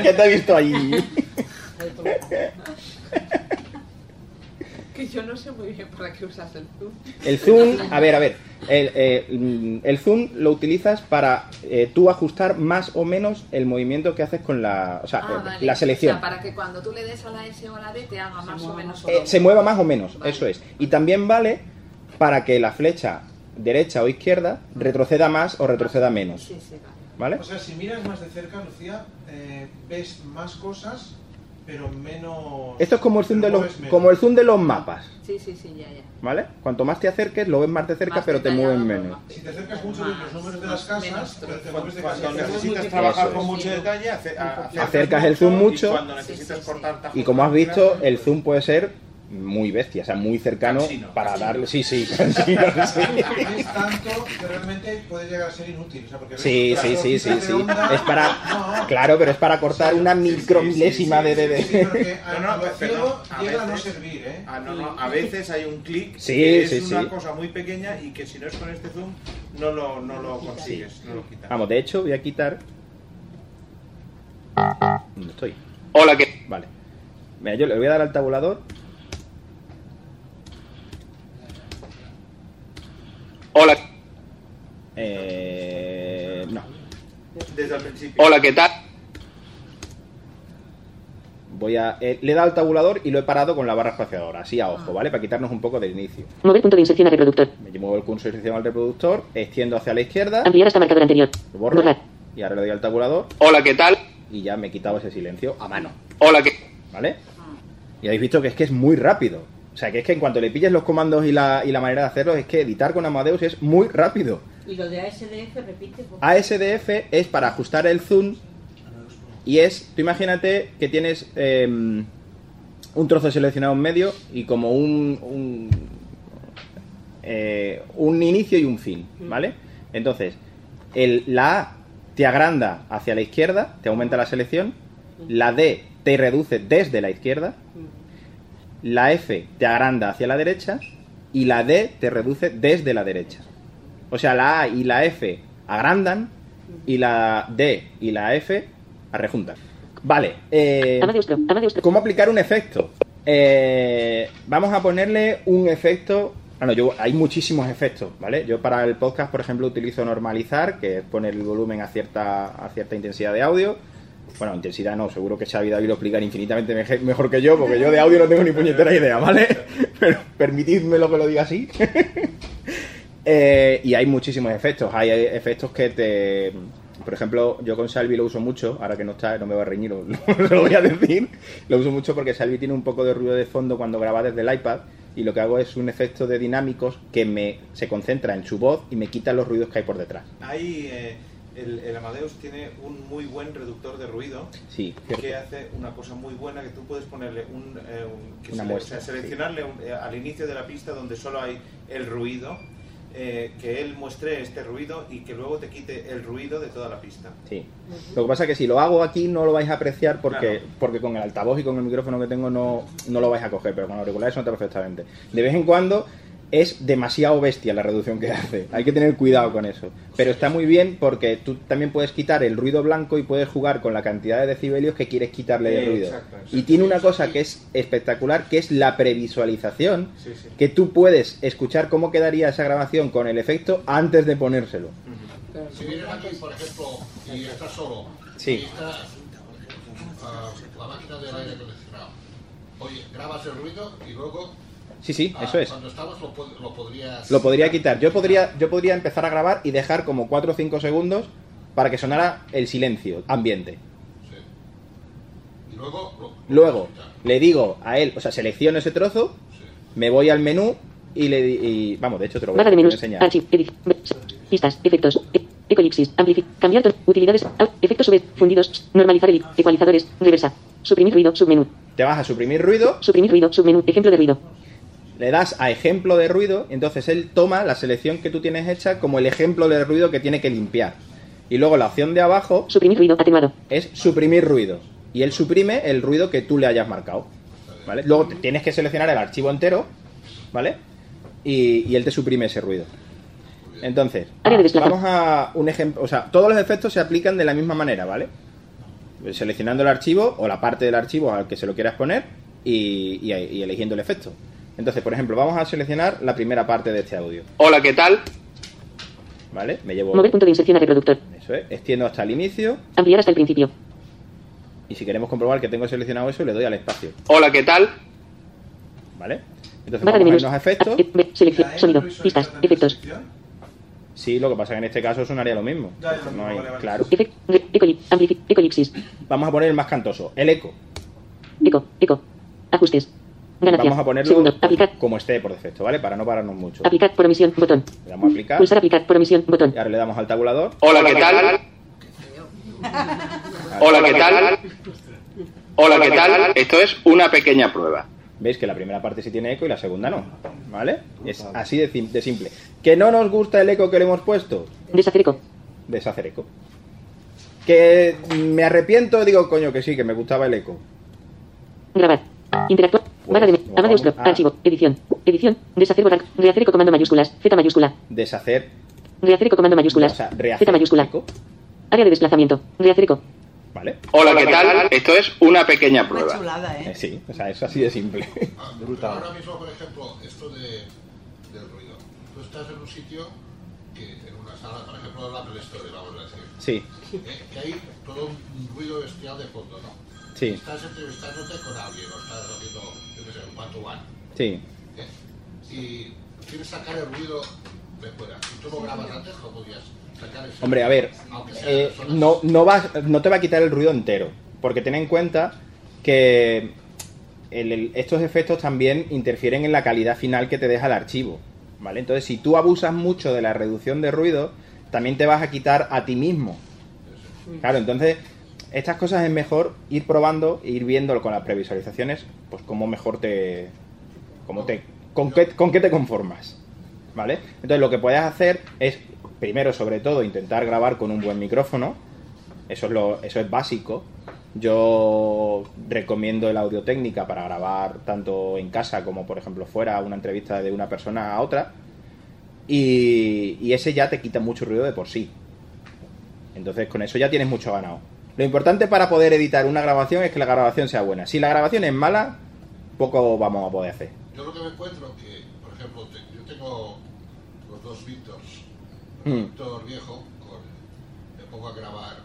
C: ¿Qué te he visto ahí?
D: [LAUGHS] Que yo no sé muy bien para qué usas el zoom.
C: El zoom, a ver, a ver. El, eh, mm, el zoom lo utilizas para eh, tú ajustar más o menos el movimiento que haces con la, o sea,
D: Ah,
C: eh,
D: vale.
C: la selección.
D: O sea, para que cuando tú le des a la S o a la D te haga más o menos.
C: Eh, se mueva más o menos, eso es. Y también vale para que la flecha derecha o izquierda
D: Mm.
C: retroceda más o retroceda menos. ¿Vale?
I: O sea, si miras más de cerca, Lucía, eh, ves más cosas, pero menos.
C: Esto es como el zoom de
I: pero
C: los,
I: mueves menos.
C: como el zoom de los mapas,
D: Sí, sí, sí, ya, ya.
C: ¿vale? Cuanto más te acerques, lo ves más de cerca,
D: Más
C: pero te
D: detallado,
C: mueven menos.
I: Si te acercas mucho ves los números de las casas, pero te mueves de
D: Cuando
I: casa.
D: necesitas
C: trabajar con
I: mucho detalle,
C: Acercas el zoom mucho.
I: Cuando necesitas cortar tajos
C: Y como has visto, el zoom puede ser muy bestia, o sea, muy cercano para darle. Sí, sí, [LAUGHS] cansino, sí.
I: Es tanto que realmente puede llegar a ser inútil. O sea, porque
C: Sí,
I: ves
C: sí,
I: las
C: sí, sí,
I: hojitas de
C: sí.
I: onda-
C: Es para. Claro, pero es para cortar una micromilésima de DD.
I: No, no, perdón, a veces, no servir, ¿eh? no, no, a veces hay un clic
C: Sí,
I: que es
C: sí,
I: una
C: sí.
I: cosa muy pequeña y que si no es con este zoom no lo, no lo consigues, no lo quitas.
C: Vamos, de hecho, voy a quitar. ¿Dónde estoy?
L: Hola, ¿qué?
C: Vale. Mira, yo le voy a dar al tabulador.
L: Hola.
C: eh,
I: principio.
L: Hola, ¿qué tal?
C: Voy a, eh, le he dado al tabulador y lo he parado con la barra espaciadora, así a ojo, ¿vale? Para quitarnos un poco del inicio.
H: Mover punto de inserción al reproductor.
C: Me muevo el cursor inserción al reproductor, extiendo hacia la izquierda,
H: Ampliar hasta marcador anterior.
C: ¿Ah? lo borro
H: Borrar.
C: y ahora le doy al tabulador.
L: Hola, ¿qué tal?
C: Y ya me he quitado ese silencio a mano,
L: Hola, ¿qué
C: ¿vale? Y habéis visto que es que es muy rápido. O sea, que es que en cuanto le pilles los comandos y la, y la manera de hacerlos, es que editar con Amadeus es muy rápido.
O: Y lo de ASDF, repite.
E: pues,
O: por favor.
C: ASDF es para ajustar el zoom y es, tú imagínate que tienes eh, un trozo seleccionado en medio y como un, un, eh, un inicio y un fin, ¿vale? Entonces, el- la A te agranda hacia la izquierda, te aumenta la selección, la D te reduce desde la izquierda, la F te agranda hacia la derecha y la D te reduce desde la derecha. O sea, la A y la F agrandan y la D y la F arrejuntan. Vale. eh, ¿Cómo aplicar un efecto? Eh, vamos a ponerle un efecto. Bueno, yo, hay muchísimos efectos, ¿vale? Yo para el podcast, por ejemplo, utilizo normalizar, que es poner el volumen a cierta, a cierta intensidad de audio. Bueno, intensidad no, seguro que Xavi David lo explicará infinitamente meje- mejor que yo, porque yo de audio no tengo ni puñetera idea, ¿vale? [LAUGHS] Pero permitidme lo que lo diga así. Eh, y hay muchísimos efectos. Hay eh, efectos que te. Por ejemplo, yo con Salvi lo uso mucho, ahora que no está, no me va a reñir, [LAUGHS] lo, lo voy a decir. Lo uso mucho porque Salvi tiene un poco de ruido de fondo cuando graba desde el iPad y lo que hago es un efecto de dinámicos que me se concentra en su voz y me quita los ruidos que hay por detrás.
I: Ahí eh, el, el Amadeus tiene un muy buen reductor de ruido
C: Sí,
I: que hace una cosa muy buena que tú puedes ponerle un, eh, un- que
C: Una
I: sele-
C: muestra,
I: o sea, seleccionarle un- eh, al inicio de la pista donde solo hay el ruido eh, que él muestre este ruido y que luego te quite el ruido de toda la pista
C: Sí. Lo que pasa es que si lo hago aquí no lo vais a apreciar porque,
I: Claro.
C: porque con el altavoz y con el micrófono que tengo no, no lo vais a coger, pero con los auriculares nota perfectamente. De vez en cuando es demasiado bestia la reducción que hace. Hay que tener cuidado con eso. Pero está muy bien porque tú también puedes quitar el ruido blanco y puedes jugar con la cantidad de decibelios que quieres quitarle de
I: Sí,
C: ruido.
I: exacto, exacto.
C: y tiene una cosa que es espectacular, que es la previsualización,
I: Sí, sí.
C: que tú puedes escuchar cómo quedaría esa grabación con el efecto antes de ponérselo.
G: Si vienes aquí, por ejemplo, y estás solo,
C: Sí.
G: y está ah, la máquina del aire acondicionado, oye, grabas el ruido y luego
C: Sí, sí,
G: ah,
C: eso es.
G: cuando estamos lo, pod- lo podrías...
C: Lo podría quitar. Yo podría, yo podría empezar a grabar y dejar como 4 o 5 segundos para que sonara el silencio ambiente.
G: Y luego lo-
C: Luego le digo a él, o sea, selecciono ese trozo, me voy al menú y le di- y- vamos, de hecho te lo voy a
H: Barra de Ah,
C: te lo voy a
H: menús.
C: enseñar.
H: Archive. Edit. Ve- Listas. Efectos. e- Ecolipsis. Amplific. Cambiar. to- Utilidades. au- Efectos sub. Fundidos. Normalizar. Edit. Ecualizadores. Reversa. Suprimir ruido. Submenú.
C: Te vas a suprimir ruido.
H: Suprimir ruido. Submenú. Ejemplo de ruido.
C: Le das a ejemplo de ruido, entonces él toma la selección que tú tienes hecha como el ejemplo de ruido que tiene que limpiar. Y luego la opción de abajo
H: Suprimir ruido. Atenuado.
C: es suprimir ruido. Y él suprime el ruido que tú le hayas marcado. ¿Vale? Luego te- tienes que seleccionar el archivo entero, ¿vale? Y, y él te suprime ese ruido. Entonces,
H: Área de desplazar.
C: vamos a un ejemplo. O sea, todos los efectos se aplican de la misma manera, ¿vale? Seleccionando el archivo o la parte del archivo al que se lo quieras poner y, y- y eligiendo el efecto. Entonces, por ejemplo, vamos a seleccionar la primera parte de este audio,
L: Hola, ¿qué tal?
C: ¿vale? Me llevo
H: Mover punto de inserción al reproductor.
C: eso, ¿eh? extiendo hasta el inicio
H: Ampliar hasta el principio.
C: y si queremos comprobar que tengo seleccionado eso, le doy al espacio.
L: Hola, ¿qué tal?
C: ¿Vale? Entonces
H: Barra de
C: vamos
H: menús.
C: a irnos a efectos.
H: Ah, e- ve- Selección. Sonido. Listas. Efectos.
C: Sí, lo que pasa es que en este caso sonaría lo mismo. No hay- claro.
H: Efecto. Ecolip. Amplific. Ecolipsis.
C: Vamos a poner el más cantoso, el eco.
H: Eco. Eco. Ajustes. Ganancia.
C: Vamos a ponerlo
H: Segundo. Aplicar.
C: como esté por defecto, ¿vale? Para no pararnos mucho.
H: Aplicar por omisión. Botón.
C: Le damos a aplicar.
H: Pulsar aplicar por omisión. Botón.
C: Y ahora le damos al tabulador.
L: Hola, ¿qué tal? Hola, ¿qué tal? Hola, ¿qué tal? Esto es una pequeña prueba.
C: Veis que la primera parte sí tiene eco y la segunda no, ¿vale? Es así de, sim- de simple. ¿Que no nos gusta el eco que le hemos puesto?
H: Deshacer eco.
C: Deshacer eco. ¿Que me arrepiento? Digo, coño, que sí, que me gustaba el eco.
H: Grabar. Interactuar. Barra de menú.
C: Pues, vamos
H: Amadeus Pro.
C: a-
H: Archivo. Edición. Edición. Deshacer borrar. Rehacer eco comando mayúsculas. Z mayúscula.
C: Deshacer.
H: Rehacer eco comando mayúsculas. Z mayúscula. Área de desplazamiento. Rehacer eco.
C: ¿Vale?
L: Hola, ¿qué tal? Esto es una pequeña prueba.
C: Eh, Sí, o sea, es así de simple.
G: ah,
N: Ah,
G: Ahora mismo, por ejemplo, esto de, del ruido. Tú estás en un sitio que en una sala, por ejemplo, en la Apple Store, vamos a decir,
C: Sí,
G: eh, que hay todo un ruido bestial de fondo, ¿no?
C: sí,
G: Estás entrevistándote con alguien, o estás haciendo, yo qué sé, un pato
C: sí.
G: ¿eh? y quieres sacar el ruido de fuera. Si tú lo grabas antes, no podías sacar ese
C: Hombre, a ver,
G: Aunque sea
C: eh, no, no, vas- no te va a quitar el ruido entero, porque ten en cuenta que el- el- estos efectos también interfieren en la calidad final que te deja el archivo, ¿vale? Entonces, si tú abusas mucho de la reducción de ruido, también te vas a quitar a ti mismo. Claro, entonces, estas cosas es mejor ir probando, e ir viendo con las previsualizaciones, pues cómo mejor te... Cómo te con, qué, con qué te conformas, ¿vale? Entonces, lo que puedes hacer es, primero, sobre todo, intentar grabar con un buen micrófono, eso es, lo, eso es básico. Yo recomiendo el audio técnica para grabar tanto en casa como, por ejemplo, fuera, una entrevista de una persona a otra. Y, y ese ya te quita mucho ruido de por sí. Entonces, con eso ya tienes mucho ganado. Lo importante para poder editar una grabación es que la grabación sea buena. Si la grabación es mala, poco vamos a poder hacer.
G: Yo lo que me encuentro que, por ejemplo, te- yo tengo los dos Víctors.
C: Mm.
G: Un Víctor viejo, con, me pongo a grabar.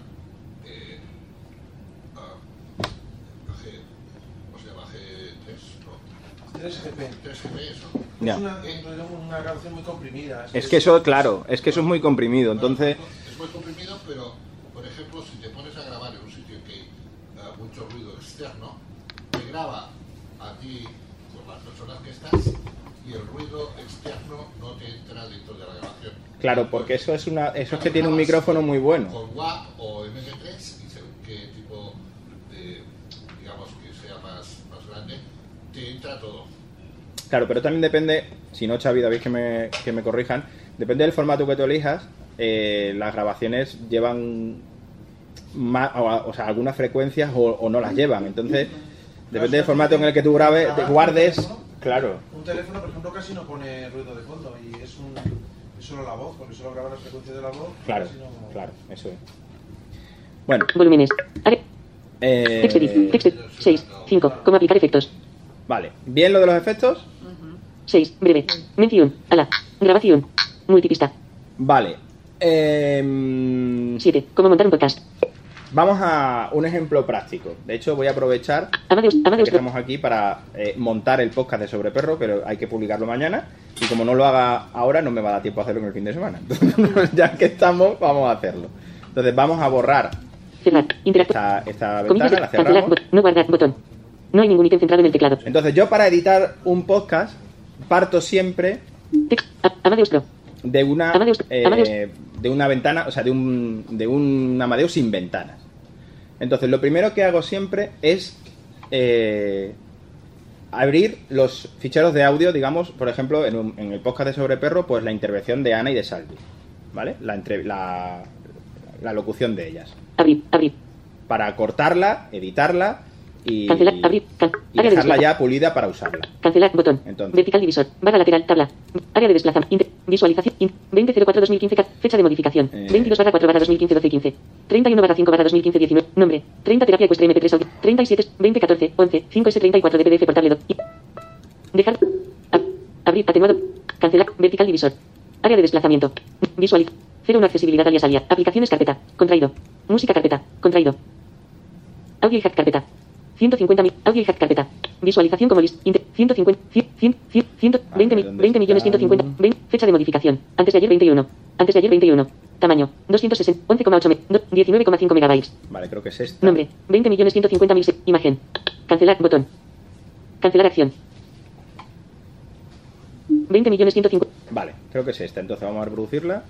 G: Eh, ah, bajé, o sea, bajé 3, no.
N: 3 GP.
G: 3 GP, eso.
C: Ya.
N: Es una, una canción muy comprimida.
C: Es que eso, claro, es que eso es muy comprimido. Entonces,
G: Es muy comprimido, pero, por ejemplo, si te pones a grabar en un sitio en que hay ah, mucho ruido externo, te graba a ti con las personas que estás y el ruido externo no te entra dentro de la grabación.
C: claro, porque eso es una, eso es que tiene un micrófono muy bueno.
G: Con WAP o MP3 y según qué tipo de, digamos, que sea más, más grande, te entra todo.
C: Claro, pero también depende, si no, Xavi, David, que me, que me corrijan, depende del formato que tú elijas, eh, las grabaciones llevan más, o, o sea, algunas frecuencias o, o no las llevan. Entonces, depende del formato en el que tú grabes, te guardes, claro.
N: Un teléfono, por ejemplo, casi no pone ruido de fondo y es, un, es solo la voz, porque solo graba las frecuencias de la voz.
C: Claro,
N: casi no-
C: claro, eso es. Bueno.
H: Volúmenes. Are-
C: Eh,
H: Text edit. Text edit. 6. 5. Cómo aplicar efectos.
C: Vale. ¿Bien lo de los efectos?
H: 6. Breve. Mención. Ala. Grabación. Multipista.
C: Vale. Em,
H: 7. Cómo montar un podcast.
C: Vamos a un ejemplo práctico. De hecho, voy a aprovechar
H: Amadeus.
C: que
H: Amadeus.
C: estamos aquí para eh, montar el podcast de Sobre Perro, pero hay que publicarlo mañana. Y como no lo haga ahora, no me va a dar tiempo a hacerlo en el fin de semana. Entonces, [LAUGHS] ya que estamos, vamos a hacerlo. Entonces, vamos a borrar
H: Cerrar. Interactuar.
C: esta, esta
H: Comillas.
C: ventana, la
H: de- Cancelar.
C: cerramos.
H: bot- No guardar. Botón. No hay ningún ítem centrado en el teclado.
C: Entonces, yo para editar un podcast, parto siempre
H: Amadeus Pro.
C: de una
H: Amadeus,
C: eh,
H: Amadeus.
C: de una ventana, o sea, de un de un Amadeus sin ventanas. Entonces, lo primero que hago siempre es eh, abrir los ficheros de audio, digamos, por ejemplo, en, un- en el podcast de Sobre Perro, pues la intervención de Ana y de Salvi, ¿vale? La, entre- la, la locución de ellas.
H: Abrir. Abrir.
C: Para cortarla, editarla y,
H: Cancelar. Abrir. Can-
C: y
H: área de
C: dejarla
H: desplazamiento.
C: ya pulida para usarla.
H: Cancelar. Botón. Vertical divisor. Barra lateral. Tabla. Área de desplazamiento. Int- Visualización. Int- 20.04.2015. ca- Fecha de modificación. 22 barra 4 barra 2015 12 y 15. 31 barra 5 barra 2015 19. Nombre. 30 terapia ecuestre MP3 audio. 37 20 14 11 5 S34 de PDF portable. doc- y- Dejar. ab- Abrir. Atenuado. Cancelar. Vertical divisor. Área de desplazamiento. Visualiz. 0 1 accesibilidad alias alia. Aplicaciones carpeta. Contraído. Música carpeta. Contraído. Audio y hack carpeta. 150.000. Audio y hack carpeta. Visualización como list. Inter- 150. 100. 100. 100. 20, mil- 20 millones 150. 20. Fecha de modificación. Antes de ayer 21. Antes de ayer 21. Tamaño. 260. 11,8. me- do- 19,5 megabytes.
C: Vale, creo que es esta.
H: Nombre. 20 millones 150 mil. Imagen. Cancelar. Botón. Cancelar acción. 20 millones 150.
C: Vale, creo que es esta. Entonces vamos a reproducirla.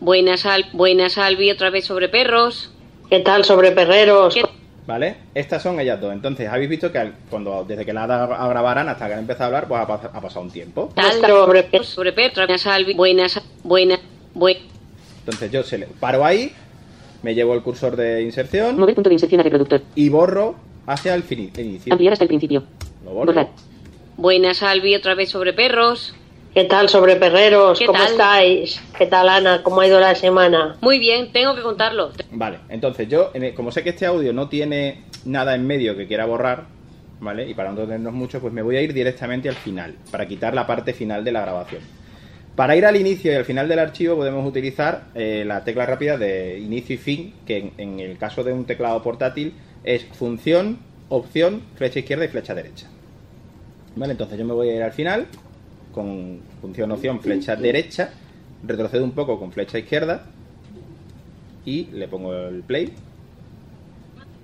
J: Buenas, al, buenas, Albi, otra vez sobre perros.
K: ¿Qué tal sobre perreros?
C: ¿Vale? Estas son ellas dos. Entonces, habéis visto que al- cuando desde que la ha dado a grabar Ana hasta que han empezado a hablar, pues ha, pas- ha pasado un tiempo.
J: Tal sobre perros, sobre perros. Buenas, Albi, buenas, buenas, buenas.
C: Entonces yo se le- paro ahí, me llevo el cursor de inserción.
H: Mover punto de inserción a reproductor.
C: Y borro hacia el, fini- el inicio.
H: Ampliar hasta el principio.
C: Lo borro.
J: Buenas, Albi, otra vez sobre perros.
K: ¿Qué tal sobre perreros?
J: ¿Qué
K: ¿Cómo
J: tal?
K: estáis? ¿Qué tal Ana? ¿Cómo ha ido la semana?
J: Muy bien, tengo que contarlo.
C: Vale, entonces yo, en el- como sé que este audio no tiene nada en medio que quiera borrar, ¿vale? Y para no tenernos mucho, pues me voy a ir directamente al final, para quitar la parte final de la grabación. Para ir al inicio y al final del archivo podemos utilizar eh, la tecla rápida de inicio y fin, que en, en el caso de un teclado portátil es función, opción, flecha izquierda y flecha derecha. Vale, entonces yo me voy a ir al final con función, opción, flecha derecha, retrocedo un poco con flecha izquierda y le pongo el play.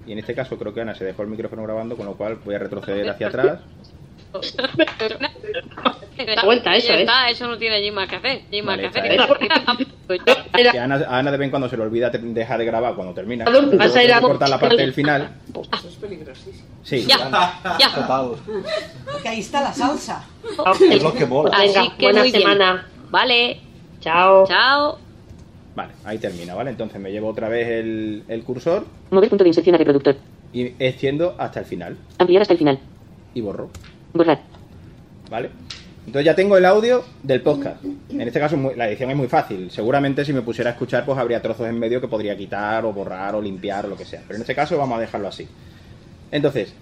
C: Y en este caso creo que Ana se dejó el micrófono grabando, con lo cual voy a retroceder hacia atrás.
J: Da vuelta, eso, ¿eh? eso no tiene allí más que hacer. Allí más
C: Vale,
J: que
C: está
J: hacer. [LAUGHS]
C: Que a, Ana, a Ana de vez en cuando se le olvida te- dejar de grabar cuando termina.
J: ¿A dónde vas a ir a-
C: cortar la parte del final.
D: Pues Eso es peligrosísimo.
C: Sí.
E: Ya, ya.
C: Total.
E: Porque ahí está la salsa.
C: Es lo que mola.
E: Venga, buena semana.
J: Vale. Chao. Chao.
C: Vale, ahí termina, ¿vale? Entonces me llevo otra vez el, el cursor
H: Mover punto de inserción a reproductor.
C: y extiendo hasta el final
H: Ampliar hasta el final.
C: y borro,
H: Borrar.
C: ¿vale? Entonces ya tengo el audio del podcast. En este caso muy- la edición es muy fácil. Seguramente si me pusiera a escuchar pues habría trozos en medio que podría quitar o borrar o limpiar o lo que sea. Pero en este caso vamos a dejarlo así. Entonces,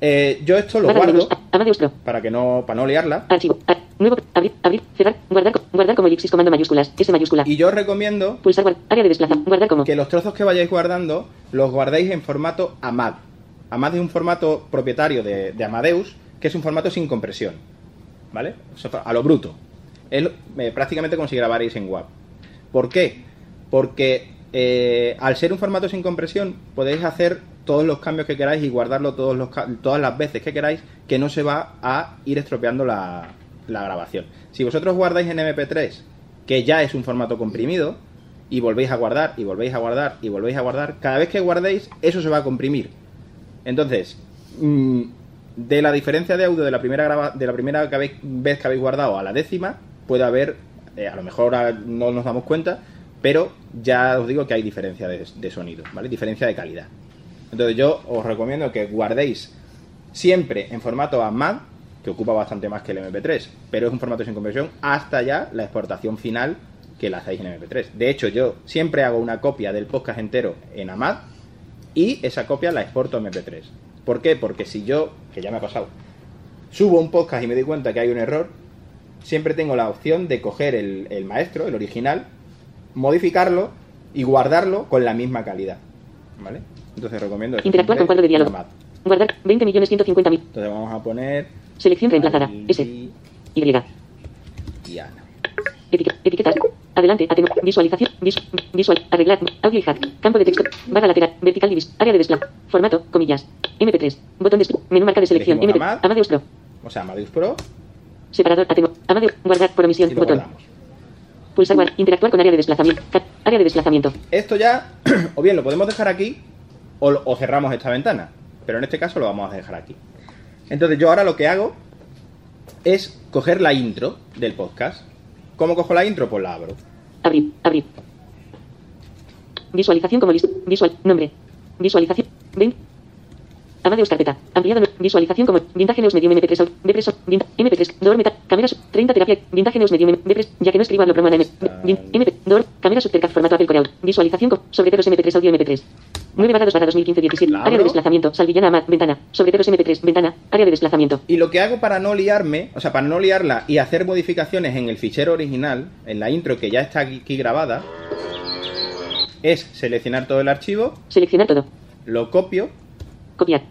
C: eh, yo esto lo
H: Barra de
C: guardo
H: menús. A- Barra de menús.
C: para que no para no liarla.
H: Archivo. A- Nuevo. Abrir. Abrir. Cerrar. Guardar. co- Guardar como elipsis. Comando mayúsculas. S mayúscula.
C: Y yo recomiendo
H: Pulsar. guard- Área de desplaza. Guardar como.
C: que los trozos que vayáis guardando los guardéis en formato AMAD. AMAD es un formato propietario de, de Amadeus, que es un formato sin compresión. ¿Vale? O sea, A lo bruto. Es lo- eh, prácticamente como si grabarais en WAP. ¿Por qué? Porque eh, al ser un formato sin compresión podéis hacer todos los cambios que queráis y guardarlo todos los, ca- todas las veces que queráis, que no se va a ir estropeando la, la grabación. Si vosotros guardáis en MP3, que ya es un formato comprimido, y volvéis a guardar y volvéis a guardar y volvéis a guardar, cada vez que guardéis eso se va a comprimir. Entonces, mm, de la diferencia de audio de la primera grava- de la primera que habéis- vez que habéis guardado a la décima, puede haber, eh, a lo mejor ahora no nos damos cuenta, pero ya os digo que hay diferencia de, de sonido, ¿vale? Diferencia de calidad. Entonces yo os recomiendo que guardéis siempre en formato AMAD, que ocupa bastante más que el MP3, pero es un formato sin conversión, hasta ya la exportación final que la hacéis en MP3. De hecho, yo siempre hago una copia del podcast entero en AMAD y esa copia la exporto a MP3. ¿Por qué? Porque si yo, que ya me ha pasado, subo un podcast y me doy cuenta que hay un error, siempre tengo la opción de coger el, el maestro, el original, modificarlo y guardarlo con la misma calidad. ¿Vale? Entonces recomiendo... este eso.
H: Interactuar con cuadro de diálogo.
C: AMAD.
H: Guardar. 20 millones 150 mil.
C: Entonces vamos a poner
H: Selección reemplazada. S. Y.
C: Diana.
H: Etiqueta- Etiquetas. Adelante. Ateno. Visualización. Vis- visual. Arreglar. Audio y hack. Campo de texto. Barra lateral. Vertical y vis. Área de desplaza. Formato. Comillas. MP3. Botón de esc- Menú marca de selección.
C: Elegimos
H: MP3. Amadeus Pro.
C: O sea, Amadeus Pro.
H: Separador. Ateno. Amadeus. Guardar por omisión.
C: Y lo
H: Botón. Pulsar. guard- Interactuar con área de desplazamiento. Ca- Área de desplazamiento.
C: Esto ya, [CLEARS THROAT] o bien lo podemos dejar aquí o, lo- o cerramos esta ventana. Pero en este caso lo vamos a dejar aquí. Entonces yo ahora lo que hago es coger la intro del podcast. ¿Cómo cojo la intro? Pues la abro.
H: Abrir. Abrir. Visualización como lista. Visual. Nombre. Visualización. Ven. Amadeus carpeta. Ampliado. no- Visualización como Vintage News Medium MP3. Out, B3. out, Vin- MP3. Door Meta. Cámaras. 30 terapia. Vintage News Medium MP3. Ya que no escribo hablo promo en M.
C: Ah.
H: Vin- MP. Door. Cámaras. Subtercast. Formato Apple Coreal. Visualización con. Sobreteros MP3. Audio MP3. 9 barra 2 barra 2015-17. Área de desplazamiento. Salvillana Amat. Ventana. Sobreteros MP3. Ventana. Área de desplazamiento.
C: Y lo que hago para no liarme, o sea, para no liarla y hacer modificaciones en el fichero original, en la intro que ya está aquí aquí grabada, es seleccionar todo el archivo.
H: Seleccionar todo.
C: Lo copio.
H: Copiar.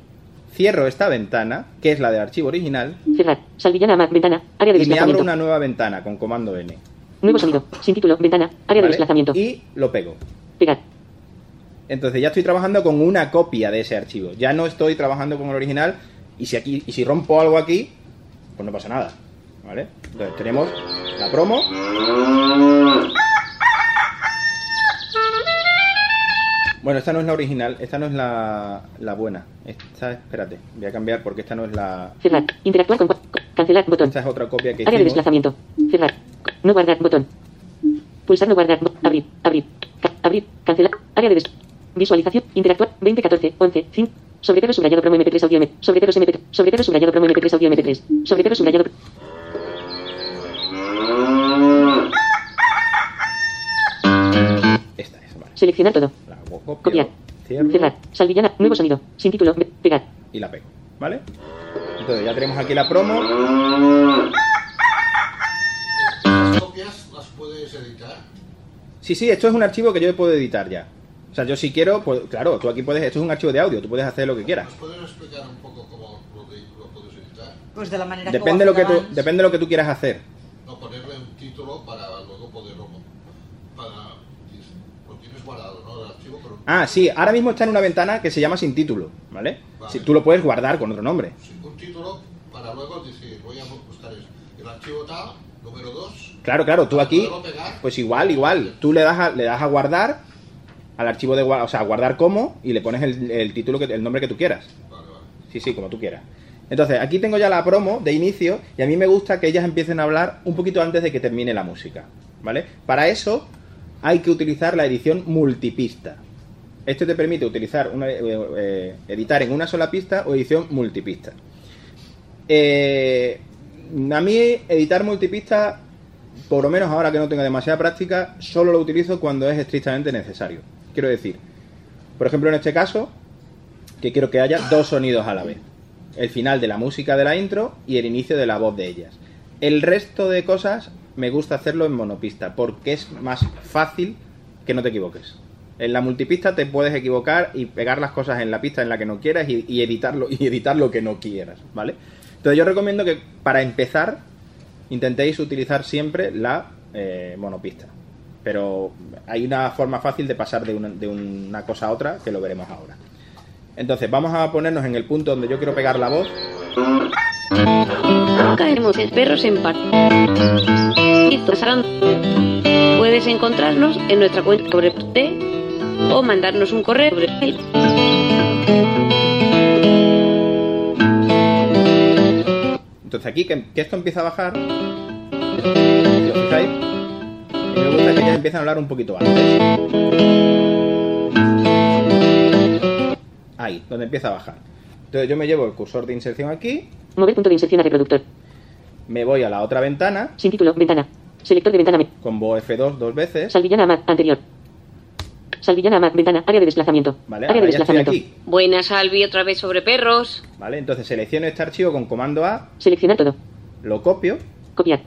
C: Cierro esta ventana, que es la del archivo original,
H: Cerrar. Salvillana Amat. Ventana. Área de
C: y me abro
H: desplazamiento.
C: una nueva ventana con comando N.
H: Nuevo sonido. Sin título. Ventana. Área de
C: ¿vale?
H: desplazamiento.
C: Y lo pego.
H: Pegar.
C: Entonces ya estoy trabajando con una copia de ese archivo. Ya no estoy trabajando con el original. Y si aquí, y si rompo algo aquí, pues no pasa nada. ¿Vale? Entonces tenemos la promo. Bueno, esta no es la original, esta no es la, la buena. Esta, espérate, voy a cambiar porque esta no es la.
H: Cerrar. Interactuar con. Cancelar. Botón.
C: Esta es otra copia que
H: Área de
C: hicimos.
H: desplazamiento. Cerrar. No guardar. Botón. Pulsar no guardar. bo- Abrir. Abrir. Ca- abrir. Cancelar. Área de des- Visualización. Interactuar. 20, 14, 11, 5. Sobretero subrayado promo MP3 audio M. Sobretero MP3. Sobretero subrayado promo MP3 audio MP3. Sobretero subrayado. Seleccionar todo.
C: Copio,
H: Copiar.
C: cierro
H: Cerrar. Salvillana. Nuevo sonido. Sin título. Ve- Pegar.
C: y la pego. ¿Vale? Entonces ya tenemos aquí la promo.
G: Las copias las puedes editar.
C: Sí, sí, esto es un archivo que yo puedo editar ya. O sea, yo si quiero, pues claro, tú aquí puedes, esto es un archivo de audio, tú puedes hacer lo que quieras.
G: ¿Nos puedes explicar un poco cómo lo, de- lo puedes editar?
E: Pues de la manera
C: Depende
E: que
C: lo
E: lo
C: que
E: hacen
C: tú,
E: antes.
C: depende lo que tú quieras hacer.
G: No ponerle un título para luego poderlo. Para, lo tienes guardado, ¿no? El archivo, pero
C: Ah, sí, ahora mismo está en una ventana que se llama sin título, ¿vale? Si tú lo puedes guardar con otro nombre.
G: un título para luego decir, voy a buscar eso. El archivo tal, número 2.
C: Claro, claro, tú aquí, pues igual, igual. Tú le das a, le das a guardar al archivo de gua- o sea, guardar como y le pones el, el título, que, el nombre que tú quieras. Sí, sí, como tú quieras. Entonces, aquí tengo ya la promo de inicio y a mí me gusta que ellas empiecen a hablar un poquito antes de que termine la música, ¿vale? Para eso hay que utilizar la edición multipista. Este te permite utilizar una, eh, eh, editar en una sola pista o edición multipista. Eh, a mí editar multipista por lo menos ahora que no tengo demasiada práctica, solo lo utilizo cuando es estrictamente necesario. Quiero decir, por ejemplo, en este caso, que quiero que haya dos sonidos a la vez. El final de la música de la intro y el inicio de la voz de ellas. El resto de cosas me gusta hacerlo en monopista, porque es más fácil que no te equivoques. En la multipista te puedes equivocar y pegar las cosas en la pista en la que no quieras y, y editarlo [LAUGHS] y editar lo que no quieras, ¿vale? Entonces yo recomiendo que para empezar intentéis utilizar siempre la eh, monopista. Pero hay una forma fácil de pasar de una, de una cosa a otra que lo veremos ahora. Entonces, vamos a ponernos en el punto donde yo quiero pegar la voz.
J: Caemos en perros en par. Y tosarán. Puedes encontrarnos en nuestra cuenta sobre T o mandarnos un correo sobre mail.
C: Entonces, aquí que, que esto empieza a bajar. Si os fijáis, y me gusta que ellas empiezan a hablar un poquito antes. Ahí, donde empieza a bajar. Entonces, yo me llevo el cursor de inserción aquí.
H: Mover punto de inserción hacia productor.
C: Me voy a la otra ventana.
H: Sin título, ventana. Selector de ventana.
C: Combo F2 dos veces.
H: Saldillana Amat, anterior. Saldillana Amat, ventana, área de desplazamiento.
C: Vale,
H: área de
C: ahora ya estoy
H: desplazamiento.
C: aquí.
J: Buenas, Albi, otra vez sobre perros.
C: Vale, entonces selecciono este archivo con comando A,
H: Seleccionar todo.
C: lo copio
H: Copiar.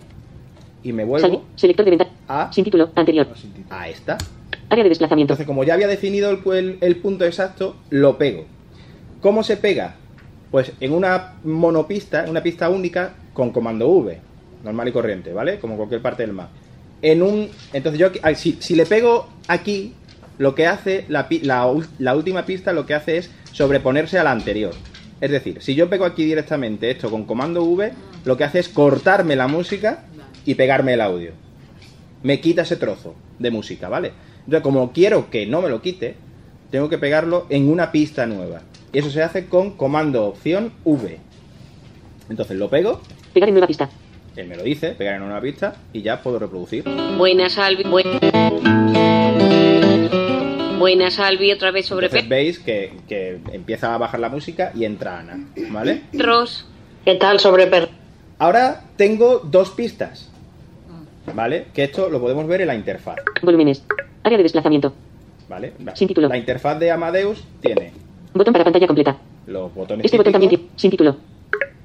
C: y me
H: Saldi-
C: vuelvo
H: selector de ventana. Sin título, anterior.
C: a esta.
H: Área de desplazamiento.
C: Entonces, como ya había definido el, el- el punto exacto, lo pego. ¿Cómo se pega? Pues en una monopista, en una pista única, con comando V, normal y corriente, ¿vale? Como cualquier parte del mapa. En un. Entonces yo aquí- ah, si, si le pego aquí, lo que hace, la, pi- la ul- la última pista lo que hace es sobreponerse a la anterior. Es decir, si yo pego aquí directamente esto con comando V, lo que hace es cortarme la música y pegarme el audio me quita ese trozo de música, ¿vale? Entonces, como quiero que no me lo quite, tengo que pegarlo en una pista nueva. Y eso se hace con comando opción V. Entonces lo pego.
H: Pegar en nueva pista.
C: Él me lo dice, pegar en una nueva pista y ya puedo reproducir.
J: Buenas, Albi. buen- Buenas, Albi, otra vez sobre
C: Entonces veis que, que empieza a bajar la música y entra Ana, ¿vale?
J: perros.
C: ¿Qué tal sobre perro? Ahora tengo dos pistas, ¿vale? Que esto lo podemos ver en la interfaz.
H: Volúmenes. Área de desplazamiento.
C: ¿Vale?
H: Sin título.
C: La interfaz de Amadeus tiene
H: Botón para pantalla completa.
C: los botones
H: Este botón también
C: típicos,
H: tiene. Sin título.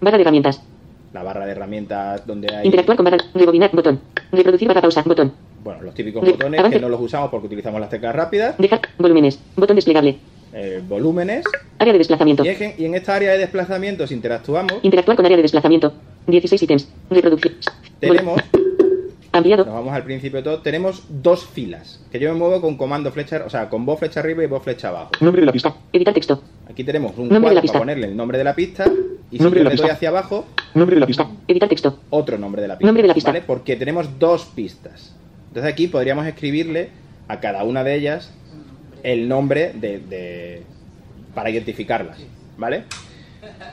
H: Barra de herramientas.
C: la barra de herramientas donde hay
H: Interactuar con barra. Rebobinar. Botón. Reproducir barra pausa. Botón.
C: bueno, los típicos
H: Re-
C: botones que
H: avance.
C: no los usamos porque utilizamos las teclas rápidas,
H: Dejar. Volúmenes. Botón desplegable.
C: eh, volúmenes,
H: Área de desplazamiento.
C: y, es que- y en esta área de desplazamientos interactuamos,
H: Interactuar con área de desplazamiento. 16 ítems. Reproducir.
C: tenemos,
H: Ampliado.
C: nos vamos al principio de todo, tenemos dos filas, que yo me muevo con comando flecha, o sea, con voz flecha arriba y voz flecha abajo.
H: Nombre de la pista. Editar texto.
C: Aquí tenemos un
H: Nombre de la
C: cuadro para
H: pista.
C: ponerle el nombre de la pista, y si
H: Nombre de
C: yo le
H: la
C: doy
H: pista.
C: hacia abajo,
H: Nombre de la pista. Editar texto.
C: otro nombre de la pista.
H: Nombre de la pista.
C: ¿vale? Porque tenemos dos pistas. Entonces aquí podríamos escribirle a cada una de ellas el nombre de, de- para identificarlas, ¿vale?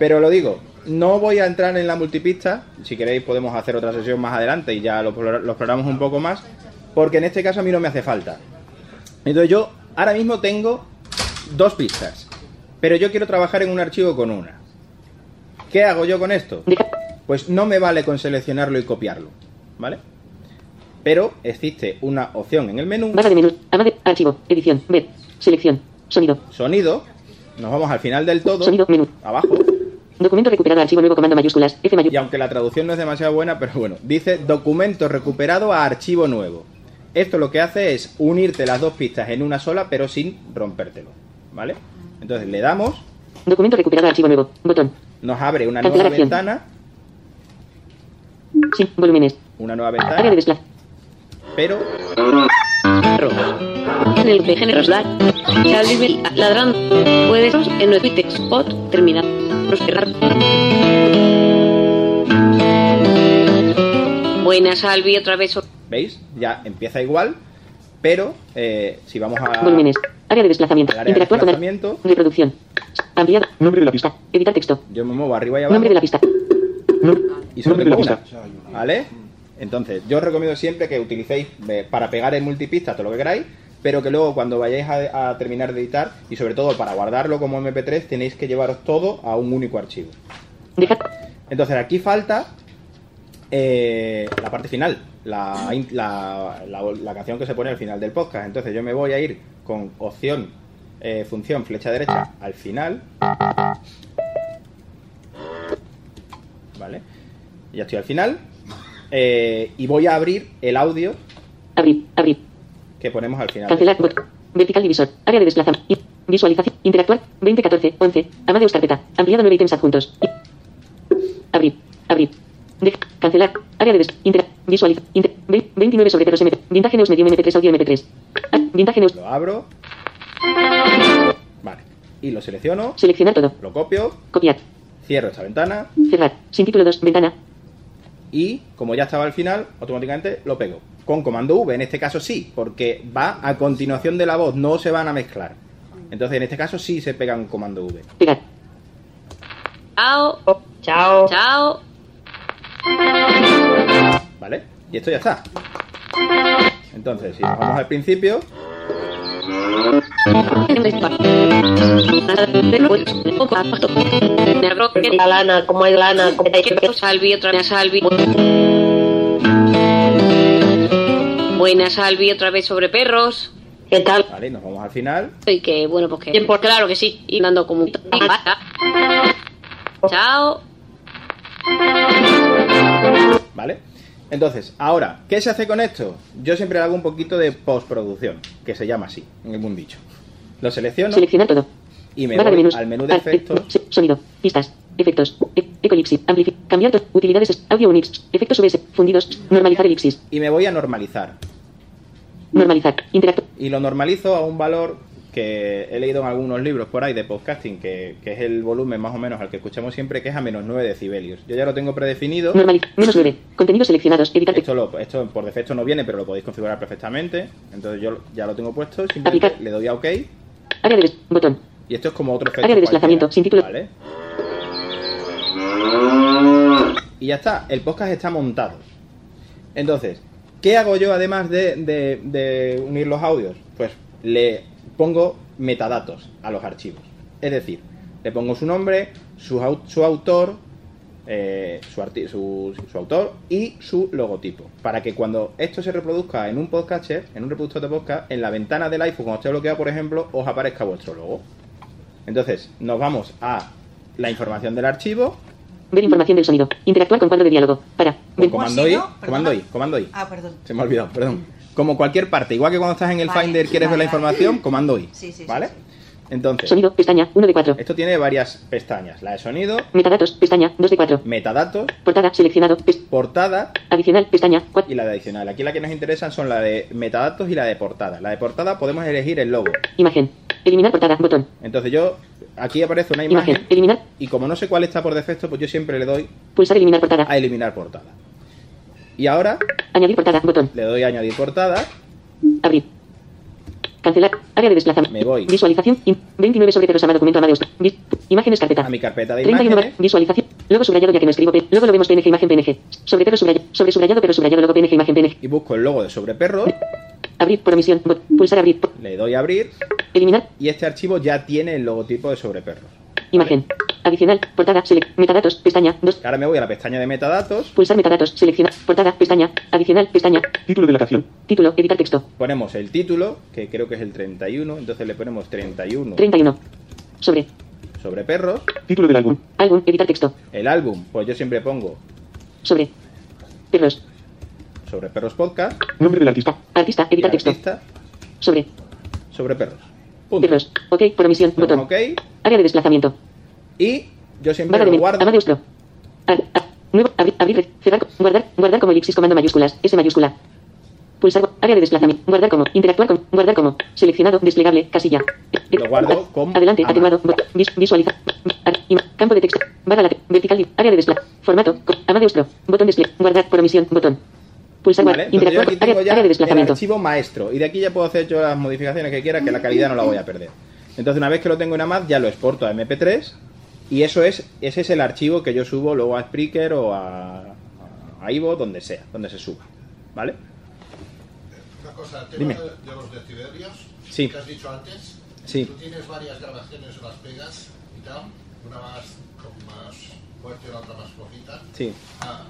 C: Pero lo digo, no voy a entrar en la multipista. Si queréis podemos hacer otra sesión más adelante y ya lo, explora- lo exploramos un poco más. Porque en este caso a mí no me hace falta. Entonces yo ahora mismo tengo dos pistas. Pero yo quiero trabajar en un archivo con una. ¿Qué hago yo con esto? Pues no me vale con seleccionarlo y copiarlo. ¿Vale? Pero existe una opción en el menú.
H: Barra de menú. Ama de archivo. Edición. Ver. Selección. Sonido.
C: Sonido. Nos vamos al final del todo.
H: Sonido. Menú.
C: Abajo.
H: Documento recuperado, archivo nuevo, comando mayúsculas, F
C: Y aunque la traducción no es demasiado buena, pero bueno, dice documento recuperado a archivo nuevo. Esto lo que hace es unirte las dos pistas en una sola, pero sin rompértelo. ¿Vale? Entonces le damos.
H: Documento recuperado, archivo nuevo, botón.
C: Nos abre una
H: Cancelar
C: nueva
H: acción.
C: ventana.
H: Sí, volúmenes.
C: Una nueva
H: Área de
C: ventana.
H: desplaz.
C: Pero.
J: En el de géneros dar. Calibre ladrando. Puedes en nuestro Twitter spot terminar. Prosperar. Buenas, Albi, otra vez.
C: ¿Veis? Ya empieza igual. Pero eh, si vamos a.
H: Volúmenes. Área de desplazamiento.
C: área de
H: Interactuar con el- Reproducción. Ampliada. Nombre de la pista. Editar texto.
C: Yo me muevo arriba y abajo.
H: Nombre de la pista.
C: y solo
H: Nombre de
C: tengo
H: la
C: una. ¿Vale? Entonces, yo os recomiendo siempre que utilicéis eh, para pegar en multipista todo lo que queráis, pero que luego cuando vayáis a, a terminar de editar y sobre todo para guardarlo como MP3 tenéis que llevaros todo a un único archivo. Entonces, aquí falta eh, la parte final, la, in- la- la- la canción que se pone al final del podcast. Entonces, yo me voy a ir con opción, eh, función, flecha derecha al final. Vale. Ya estoy al final. Eh, y voy a abrir el audio.
H: Abrir, abrir.
C: Que ponemos al final.
H: Cancelar. bot- Vertical divisor. Área de desplazamiento. I- Visualización. Interactuar. 20, 14, 11. Amadeus carpeta. Ampliado 9 ítems adjuntos. I- Abrir. Abrir. De- Cancelar. Área de des... Inter... Visualizar. 29 sobre 2 MP. Vintage Neus Medium MP3 Audio MP3. Ah, Vintage Neus.
C: Lo abro. Vale. Y lo selecciono.
H: Seleccionar todo.
C: Lo copio.
H: Copiar.
C: Cierro esta ventana.
H: Cerrar. Sin título 2. Ventana.
C: Y como ya estaba al final, automáticamente lo pego. Con comando V, en este caso sí, porque va a continuación de la voz, no se van a mezclar. Entonces, en este caso sí se pega un comando V.
J: Chao. Chao. Chao.
C: ¿Vale? Y esto ya está. Entonces, si nos vamos al principio,
K: La lana, como hay lana, como hay que
J: Salvi, otra vez Salvi. Buenas, Salvi, otra vez sobre perros.
K: ¿Qué tal?
C: Vale, nos vamos al final.
J: Y que, bueno, pues que... Pues claro que sí, y dando como... [LAUGHS] un- Chao.
C: ¿Vale? Entonces, ahora, ¿qué se hace con esto? Yo siempre hago un poquito de postproducción, que se llama así, en el mundillo. Lo selecciono
H: Seleccionar todo.
C: y me
H: Barra
C: voy
H: de menús.
C: al menú de
H: Ah, eh,
C: efectos.
H: se- Sonido. Pistas. Efectos. E Ecolipsis. Amplific. Cambiar. to- Utilidades. Audio Unix. Efectos VS. Fundidos. Normalizar elipsis.
C: Y me voy a normalizar.
H: Normalizar. Interactuar.
C: Y lo normalizo a un valor que he leído en algunos libros por ahí de podcasting, que, que es el volumen más o menos al que escuchamos siempre, que es a menos 9 decibelios. Yo ya lo tengo predefinido.
H: Normalizar. Menos 9. Contenidos seleccionados. Editar.
C: Esto, lo- esto por defecto no viene, pero lo podéis configurar perfectamente. Entonces yo ya lo tengo puesto, simplemente
H: Aplicar.
C: le doy a OK.
H: Área de des- Botón.
C: Y esto es como otro efecto.
H: Área de desplazamiento.
C: cualquiera,
H: Sin título.
C: ¿vale? Y ya está, el podcast está montado. Entonces, ¿qué hago yo además de, de- de unir los audios? Pues le pongo metadatos a los archivos. Es decir, le pongo su nombre, su, au- su autor, eh, su, arti- su- su autor y su logotipo. Para que cuando esto se reproduzca en un podcatcher, en un reproductor de podcast, en la ventana del iPhone, cuando esté bloqueado, por ejemplo, os aparezca vuestro logo. Entonces, nos vamos a la información del archivo,
H: Ver información del sonido. Interactuar con cuadro de diálogo. Para.
C: con
H: Ven-
C: comando I, comando I, comando I.
E: Ah, perdón.
C: Se me ha olvidado, perdón. Como cualquier parte, igual que cuando estás en el
E: Vale,
C: Finder quieres
E: vale,
C: ver la
E: vale.
C: información, comando I.
E: Sí, sí, sí,
C: ¿Vale? Entonces,
H: Sonido. Pestaña. 1 de 4.
C: esto tiene varias pestañas. La de sonido,
H: Metadatos. Pestaña. 2 de 4.
C: metadatos,
H: Portada. Seleccionado. Pes-
C: portada
H: Adicional. Pestaña. 4.
C: y la de adicional. Aquí la que nos interesan son la de metadatos y la de portada. La de portada podemos elegir el logo.
H: Imagen. Eliminar portada. Botón.
C: Entonces yo, aquí aparece una
H: Imagen.
C: imagen
H: Eliminar.
C: y como no sé cuál está por defecto, pues yo siempre le doy
H: Pulsar. Eliminar portada.
C: a eliminar portada. Y ahora
H: Añadir portada. Botón.
C: le doy a añadir portada.
H: Abrir. Cancelar. Área de desplazamiento.
C: Me voy.
H: Visualización. in- 29 sobre 0 ama documento Amadeus. Vis- Imágenes carpeta.
C: a mi carpeta de
H: 31
C: imágenes.
H: bar- Visualización. Luego subrayado ya que no escribo. P- Luego lo vemos PNG imagen PNG. Sobre pero subrayado. Sobre subrayado pero subrayado luego PNG imagen PNG.
C: y busco el logo de sobre perro,
H: Abrir por omisión. Bot- Pulsar abrir. Por-
C: le doy a abrir
H: Eliminar.
C: y este archivo ya tiene el logotipo de sobre perro.
H: Imagen. Adicional. Portada. Select. Metadatos. Pestaña. 2.
C: Ahora me voy a la pestaña de metadatos,
H: Pulsar metadatos. Seleccionar. Portada. Pestaña. Adicional. Pestaña.
L: Título de la canción.
H: Título. Editar texto.
C: ponemos el título, que creo que es el 31, entonces le ponemos 31
H: 31. Sobre.
C: sobre perros.
L: Título del álbum.
H: Álbum, editar texto.
C: El álbum, pues yo siempre pongo
H: Sobre. Perros.
C: sobre perros podcast,
L: Nombre del artista.
H: Artista, editar
C: Y
H: texto. Sobre.
C: sobre perros.
H: Perros. Ok, por omisión.
C: Le
H: Botón.
C: pongo ok
H: Área de desplazamiento.
C: Y yo siempre
H: Barra de
C: lo
H: menú.
C: guardo.
H: Amadeus Pro. Ar- ar- Nuevo. Abrir. Abrir. re- Cerrar. Guardar. Guardar como elipsis. Comando mayúsculas. S mayúscula. Pulsar. Área de desplazamiento. Guardar como. Interactuar con. Guardar como. Seleccionado. Desplegable. Casilla.
C: Lo guardo como.
H: Adelante.
C: ama.
H: Atenuado. Bot- vis- Visualizar. Ar- ima- Campo de texto. Barra late. Vertical. Área de desplazamiento. Formato. co- Amadeus Pro. Botón despliegue. Guardar por omisión. Botón. Pulsar.
C: Vale,
H: guardar,
C: entonces yo
H: Interactuar.
C: aquí
H: con- Área
C: tengo ya
H: área de
C: el
H: desplazamiento.
C: archivo maestro y de aquí ya puedo hacer yo las modificaciones que quiera que la calidad no la voy a perder. Entonces una vez que lo tengo en AMAD ya lo exporto a MP3 y eso es ese es el archivo que yo subo luego a Spreaker o a, a Ivo donde sea, donde se suba, ¿vale?
G: Una cosa, el
C: Dime.
G: tema de, de los decibelios
C: Sí.
G: que has dicho antes.
C: Sí.
G: Tú tienes varias grabaciones, las pegas y tal. Una más, con más fuerte, la otra más flojita.
C: Sí.
G: Ah,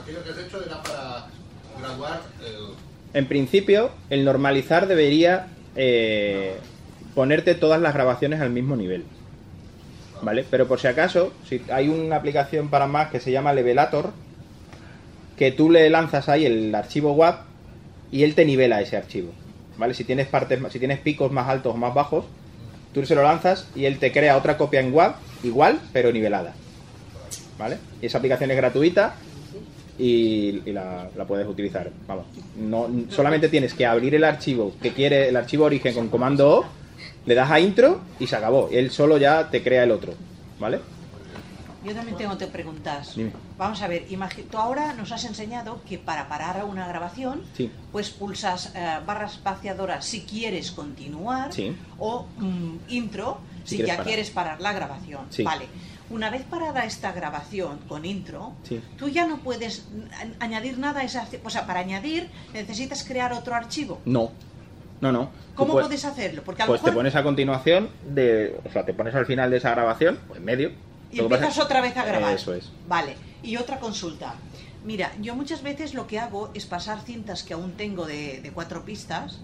G: aquello que has hecho era para graduar el,
C: En principio el normalizar debería eh, ponerte todas las grabaciones al mismo nivel. ¿Vale? Pero por si acaso, si hay una aplicación para Mac que se llama Levelator, que tú le lanzas ahí el archivo WAP y él te nivela ese archivo. ¿Vale? Si tienes partes, si tienes picos más altos o más bajos, tú se lo lanzas y él te crea otra copia en WAP igual, pero nivelada. ¿Vale? Y esa aplicación es gratuita y, y la, la puedes utilizar. Vamos, no, solamente tienes que abrir el archivo que quiere, el archivo origen con comando O, le das a intro y se acabó. Él solo ya te crea el otro. ¿Vale?
E: Yo también tengo que preguntar.
C: Dime.
E: Vamos a ver, imagi- tú ahora nos has enseñado que para parar una grabación,
C: Sí,
E: pues pulsas eh, barra espaciadora si quieres continuar
C: sí.
E: o mm, intro
C: Si
E: si,
C: quieres
E: ya
C: parar.
E: quieres parar la grabación.
C: Sí.
E: Vale. Una vez parada esta grabación con intro,
C: Sí.
E: tú ya no puedes mm, a- añadir nada a esa. O sea, para añadir necesitas crear otro archivo.
C: No. No, no. Tú
E: ¿Cómo
C: puedes-
E: puedes hacerlo? Porque a lo
C: Pues te
E: mejor
C: pones a continuación de. O sea, te pones al final de esa grabación, o en medio.
E: y
C: Lo que pasa- Eh,
E: empiezas otra vez a grabar.
C: Eso es.
E: Vale, y otra consulta. Mira, yo muchas veces lo que hago es pasar cintas que aún tengo de, de cuatro pistas,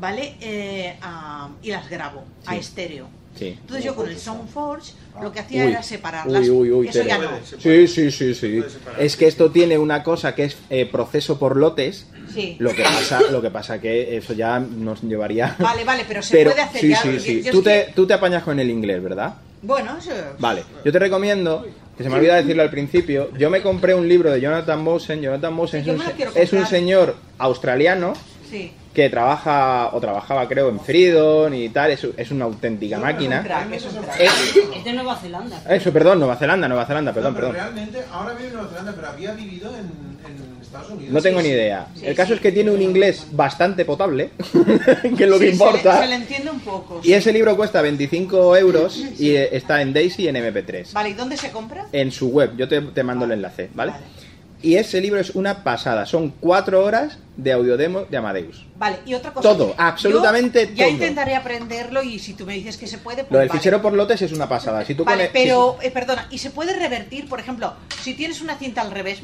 E: ¿vale? Eh, a- y las grabo a
C: Sí.
E: estéreo.
C: Sí.
E: Entonces yo con el Soundforge lo que hacía
C: Uy,
E: era separarlas.
C: Uy, uy, uy,
E: Eso ya
C: Tere.
E: no.
C: Sí, sí, sí, sí. Es que esto tiene una cosa que es eh, proceso por lotes.
E: Sí.
C: Lo que pasa, lo que pasa que eso ya nos llevaría.
E: Vale, vale, pero se puede hacer
C: sí,
E: ya.
C: sí,
E: Yo-
C: sí.
E: yo
C: Tú
E: es que-
C: te, tú te apañas con el inglés, ¿verdad?
E: Bueno, eso...
C: Vale, yo te recomiendo, que se me olvida decirlo al principio, yo me compré un libro de Jonathan Bosen. Jonathan Bosen
E: Sí,
C: es,
E: yo
C: un,
E: me lo
C: se-
E: quiero
C: es un
E: comprar.
C: señor australiano
E: Sí.
C: que trabaja, o trabajaba creo en Freedom y tal, es, es una auténtica
O: Es un
C: máquina.
O: crack, es un crack. Es de Nueva Zelanda.
C: Eso, perdón, Nueva Zelanda, Nueva Zelanda, perdón,
N: pero
C: perdón.
N: realmente, ahora vive en Nueva Zelanda, pero había vivido en, en Estados Unidos.
C: No tengo ni idea. El caso es que tiene un inglés bastante potable, [LAUGHS] que es lo que
E: Sí, se le- Se le,
C: importa.
E: entiende un poco.
C: Y ese libro cuesta 25 euros y eh, está en Daisy y en MP3.
E: Vale, ¿y dónde se compra?
C: en su web. Yo te, te mando el enlace, ¿vale? Y ese libro es una pasada. Son cuatro horas de audiodemo de Amadeus.
E: Vale, y otra cosa.
C: Todo,
E: Yo
C: absolutamente
E: Ya
C: todo.
E: intentaré aprenderlo y si tú me dices que se puede, pues
C: Lo del
E: vale.
C: fichero por lotes es una pasada. Si tú
E: Vale,
C: pones-
E: pero, eh, perdona, ¿y se puede revertir, por ejemplo, si tienes una cinta al revés?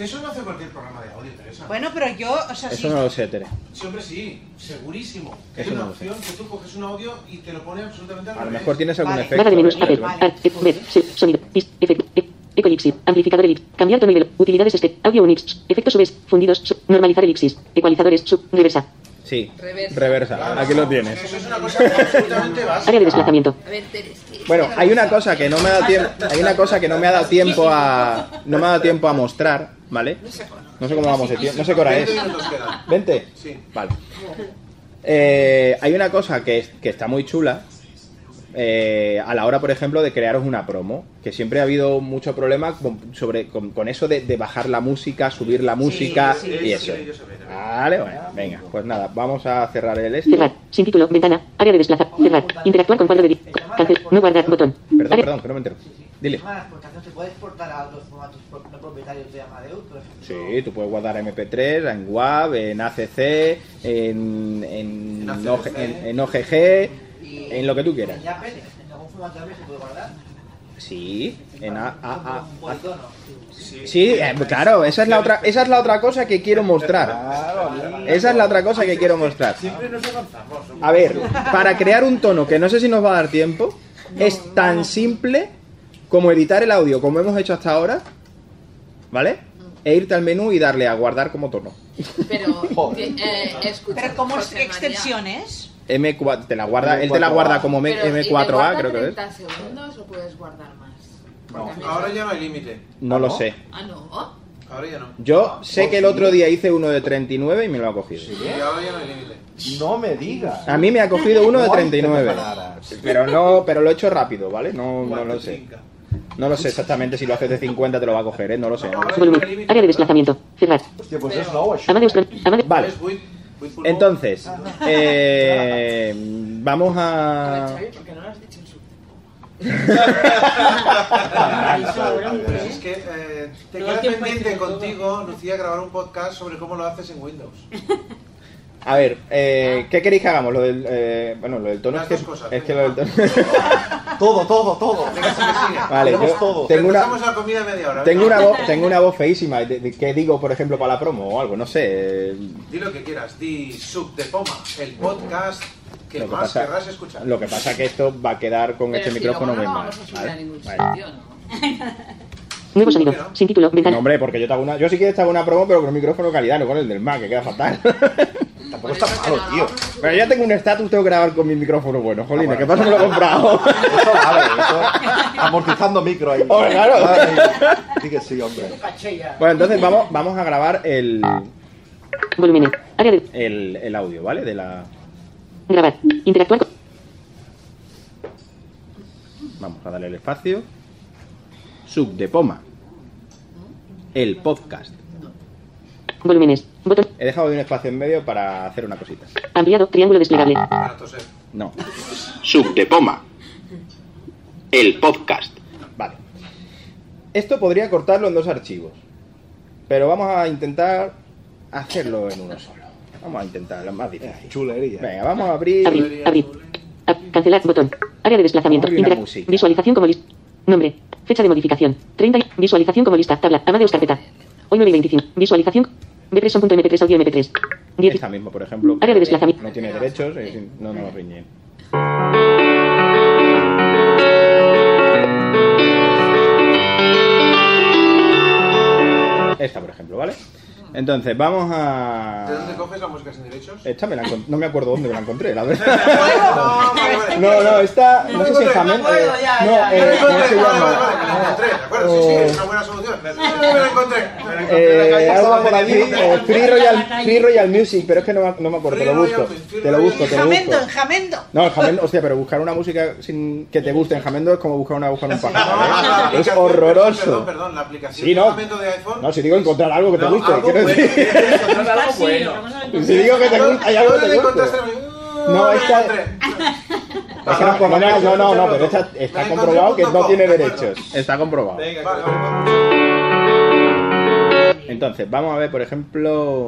N: Eso no hace cualquier programa de audio, Teresa.
E: Bueno, pero yo, o sea,
C: Eso
E: sí-
C: no lo sé, Tere.
N: Sí, hombre, sí, segurísimo.
C: Eso
N: Hay una
C: no lo sé.
N: opción que tú coges un audio y te lo pone absolutamente al
C: A lo
N: revés.
C: mejor tienes algún efecto.
H: Barra de menús.
C: ¿no?
H: Papel. Ar- e- ver. Se- Sonido. Dis. Efecto. E- Ecolipsis. Amplificador elipsis. Cambiar tono y velo. Utilidades este. Audio unix. Efectos subes. Fundidos. Sub. Normalizar elipsis. Ecualizadores. Sub. Reversa.
C: Sí,
H: Reversa.
C: reversa. Aquí lo tienes. [LAUGHS]
H: Área de desplazamiento.
C: Bueno, hay una cosa que no me ha dado tiempo, hay una cosa que no me ha dado tiempo a no me ha dado tiempo a mostrar, ¿vale? No sé cómo vamos de tiempo, no sé qué hora es. ¿Vente? Vale. Eh, hay una cosa que, es- que está muy chula eh, a la hora, por ejemplo, de crearos una promo, que siempre ha habido mucho problema con, sobre, con, con eso de, de bajar la música, subir la música
I: sí,
C: y
I: eso
C: eso.
I: quiero yo
C: Vale, bueno, venga, pues nada, vamos a cerrar el este.
H: Cerrar. Sin título. Ventana. Área de desplazar. Cerrar. Interactuar con cuadro de. di- Cancel. No guardar. Botón.
C: Perdón,
H: Área-
C: perdón, que no me entero. Dile.
F: Tema de las exportaciones, ¿se puede exportar a otros formatos pro- no propietarios de Amadeus, por ejemplo?
C: Sí, tú puedes guardar MP3 en WAV, en ACC, en, en,
F: En
C: OG en- en OGG, en lo que tú quieras.
F: ¿En Apple? ¿En algún formato de Apple se puede guardar?
C: Sí, en A- A-
F: ¿Un
C: A-
F: polígono?
C: Sí, eh, claro, esa es la otra, esa es la otra cosa que quiero mostrar. Esa es la otra cosa que quiero mostrar.
N: Siempre nos avanzamos.
C: A ver, para crear un tono que no sé si nos va a dar tiempo, es tan simple como editar el audio, como hemos hecho hasta ahora, ¿vale? E irte al menú y darle a guardar como tono.
D: Pero, eh, escucha,
E: Pero ¿cómo es-
D: José
E: qué
D: María,
E: extensiones?
C: M4, te la guarda, él te la guarda como M-
D: pero, ¿y te
C: M4A,
D: guarda
C: creo que es.
D: 30 segundos o puedes guardar más? Porque a mí-
N: No, ahora ya no hay límite.
C: No lo sé.
D: Ah, no.
N: Ahora ya no.
C: Yo sé que el otro día hice uno de 39 y me lo ha cogido.
N: Y ahora ya no hay límite.
I: No me digas.
C: A mí me ha cogido uno de
I: No hay
C: 39.
I: temporadas.
C: Pero no, pero lo he hecho rápido, ¿vale? No, no lo sé. No lo sé exactamente si lo haces de 50 te lo va a coger, ¿eh? No lo sé.
H: Volumen. Área de desplazamiento. Cerrar.
E: pues
H: Amadeus Pro- Amadeus-
C: Vale. Entonces, eh, vamos a...
D: Xavi, ¿por qué no lo has dicho en su
N: Es que eh, te queda pendiente contigo, Lucía, grabar un podcast sobre cómo lo haces en Windows.
C: A ver, eh, ¿qué queréis que hagamos? Lo del, eh, bueno, lo del tono es que, es que lo del tono... [LAUGHS]
I: todo, todo, todo.
C: Vale,
N: Hacemos
C: yo tengo una-
N: Retrasamos la comida media hora.
C: Tengo una voz, tengo una voz feísima. de- de- ¿Qué digo, por ejemplo, para la promo o algo? No sé. eh,
N: Di lo que quieras, di Sub de Poma, el podcast que
C: Lo que,
N: más
C: pasa,
N: querrás escuchar.
C: lo que pasa que esto va a quedar con este micrófono muy mal. ¿vale? Vale.
H: Nuevo sonido. Sin título.
C: No,
H: Ventana.
C: hombre, porque yo te hago una. Yo sí que te hago una promo, pero con un micrófono de calidad, no con el del Mac, que queda fatal. [LAUGHS] Tampoco está malo, tío. Pero ya tengo un estatus, tengo que grabar con mi micrófono bueno, jolín, ¿qué pasa? Me lo he comprado.
I: Eso vale,
N: [LAUGHS]
I: eso- amortizando micro ahí.
C: Hombre, claro.
I: Ay, Sí que sí, hombre.
C: Bueno, entonces vamos, vamos a grabar el,
H: Volúmenes. Área de.
C: el, el audio, ¿vale? De la.
H: Grabar. Interactuar con.
C: Vamos a darle el espacio. Sub de Poma. El podcast.
H: Volúmenes. Botón.
C: He dejado de un espacio en medio para hacer una cosita.
H: Ampliado. Triángulo desplegable.
C: No.
L: Sub de Poma. El podcast.
C: Vale. Esto podría cortarlo en dos archivos. Pero vamos a intentar hacerlo en uno solo. Vamos a intentar, lo más difícil. Chulería. Venga, vamos a
H: Abrir.
C: abrir.
H: Abrir. Ah, Cancelar. Botón. Área de desplazamiento.
C: Uy, una
H: Interac-
C: música.
H: Visualización como lista. Nombre. Fecha de modificación. 30. y- Visualización como lista. Tabla. Amadeus carpeta. Hoy 9 y 25. Visualización. Mpreson.mp3 audio mp3. 10.
C: Esta mismo, por ejemplo.
H: Área de desplazamiento.
C: No tiene derechos, es decir, no nos riñen. Esta, por ejemplo, ¿vale? Entonces, vamos a...
N: ¿De dónde coges la música sin derechos?
C: Esta me la encon- no me acuerdo dónde me la encontré, la
N: [LAUGHS]
C: verdad. [LAUGHS] No, no, esta no sé si es Jamen- eh, No,
N: Me la
C: eh, ¿cómo
N: encontré,
C: se
N: vale,
C: llama? Ah,
N: vale, vale, me la encontré, de acuerdo, sí, sí, es una buena solución. Me la encontré. Me la encontré en la calle,
C: Eh, algo
N: estaba
C: por aquí,
N: perdido.
C: eh, Free Royal, Free Royal Music, pero es que no, me- no me acuerdo, te lo busco, te lo busco, te lo busco.
E: Jamendo, en jamendo.
C: No, el jamendo, hostia, pero buscar una música sin que te guste en jamendo es como buscar una aguja en un pájaro, ¿eh? Es horroroso.
N: Perdón, la aplicación
C: Sí, no.
N: de momento de iPhone.
C: No, si digo encontrar algo que te guste,
N: algo
C: quiero
N: bueno,
C: decir.
N: tienes que encontrar algo bueno.
C: Si digo que te gusta, hay algo que te guste. No, esta. Es que no, por lo menos, no, no, no, pero esta está comprobado que no tiene derechos. Está comprobado. Entonces, vamos a ver, por ejemplo.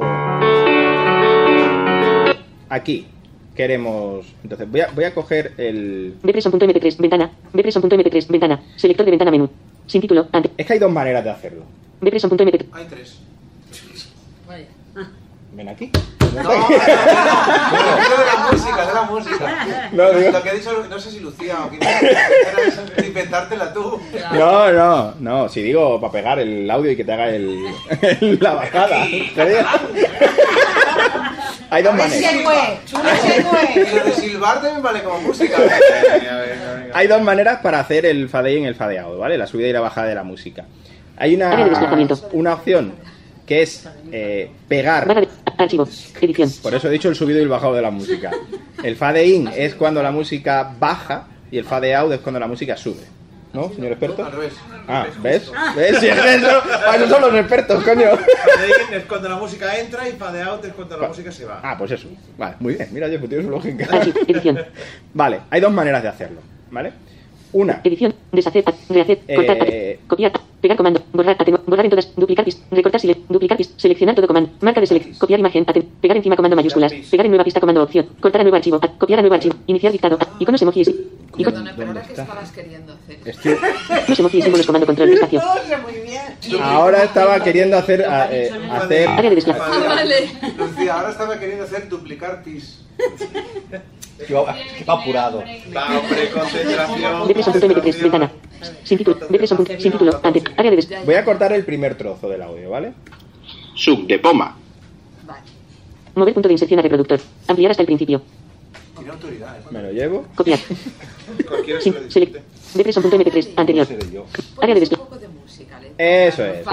C: Aquí queremos. Entonces, voy a, voy a coger el.
H: Mpreson.mp3. Ventana. Mpreson.mp3. Ventana. Selector de ventana menú. Sin título. Ante.
C: Es que hay dos maneras de hacerlo.
H: Mpreson.mp3.
N: Hay tres.
D: Vaya.
C: Ven aquí.
N: [LAUGHS] No, no, no, no, de la música, de la música.
C: No, digo-
N: Lo que ha dicho, no sé si Lucía o quién era inventártela tú.
C: No, no, no. Si digo para pegar el audio y que te haga el, la bajada. Hay dos maneras.
N: Y lo de silbar también vale como música.
C: Hay dos maneras para hacer el fade in y el fade out, ¿vale? La subida y la bajada de la música. Hay
H: Área de
C: una,
H: desplazamiento.
C: una opción que es eh, pegar.
H: Barra de. Archivo. Edición.
C: Por eso he dicho el subido y el bajado de la música. El fade in es cuando la música baja y el fade out es cuando la música sube. ¿No, señor experto?
N: Al revés.
C: Ah, ¿ves? [LAUGHS] ¿Ves? Si es eso, para eso son los expertos, coño.
I: Fade in es cuando la música entra y fade out es cuando la música se va.
C: Ah, pues eso. Vale, muy bien. Mira, yo pues tienes lógica.
H: edición.
C: Vale, hay dos maneras de hacerlo, ¿vale? Una.
H: Edición. Deshacer. Rehacer.
C: Eh,
H: Cortar. Copiar. Pegar comando. Borrar. Atenuar. Borrar en todas. Duplicar pis. Recortar sile. Duplicar pis. Seleccionar todo comando. Marca de select. Copiar imagen. Aten. Pegar encima comando mayúsculas. Pegar en nueva pista comando opción. Cortar a nuevo archivo. At- Copiar a nuevo archivo. Iniciar dictado. At- Iconos emojis. Iconos
D: Perdona, pero ahora que estabas queriendo hacer.
H: emojis símbolos comando control espacio.
C: Ahora estaba queriendo hacer. a- eh, hacer
H: Área de desplazo.
N: Ah, Lucía, ahora estaba queriendo hacer duplicar tis.
H: apurado.
I: Va, hombre, concentración.
H: Depresión MP3. Ventana. Sin título. Depresión. Sin título. Antes. Área de desplazo.
C: Voy a cortar el primer trozo del audio, ¿vale?
L: Sub de poma.
H: Mover punto de inserción a reproductor. Ampliar hasta el principio.
N: Tiene autoridad, ¿eh?
C: Me lo llevo.
H: Copiar. Sin. Select. Depresión.mp3. Anterior. Área de desplazo.
C: Eso es.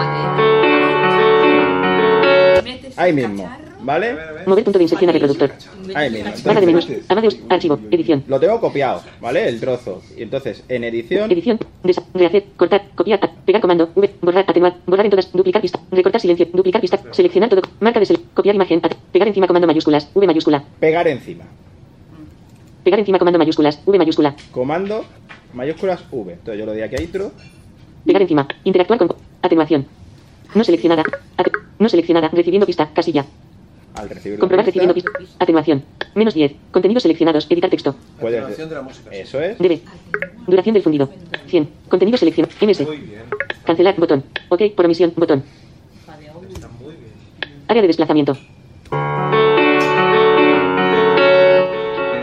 C: Ahí mismo, ¿vale?
H: Mover punto de inserción a reproductor.
D: Ah,
C: Ahí mismo.
H: Barra de menús.
C: Entonces,
H: Amadeus. Archivo. Edición.
C: lo tengo copiado, ¿vale? El trozo. Y entonces, en edición,
H: Edición. Desa- rehacer. Cortar. Copiar. a- Pegar comando. V. Borrar. Atenuar. Borrar en todas. Duplicar pista. Recortar silencio. Duplicar pista. Seleccionar todo. Marca de select. Copiar imagen. a- Pegar encima comando mayúsculas. V mayúscula.
C: pegar encima.
H: Pegar encima comando mayúsculas. V mayúscula.
C: Comando, mayúsculas V. Entonces yo lo di aquí a intro.
H: Pegar encima. Interactuar con. Atenuación. No seleccionada. Ate- no seleccionada. Recibiendo pista. Casilla.
C: Al recibir la
H: Comprobar
C: lista,
H: recibiendo pista. Atenuación. Menos 10. Contenidos seleccionados. Editar texto.
C: puedes- Eso es.
H: Debe. Duración del fundido. 100. Contenido seleccionado. MS. Cancelar. Botón. Ok. Por omisión. Botón. Área de desplazamiento.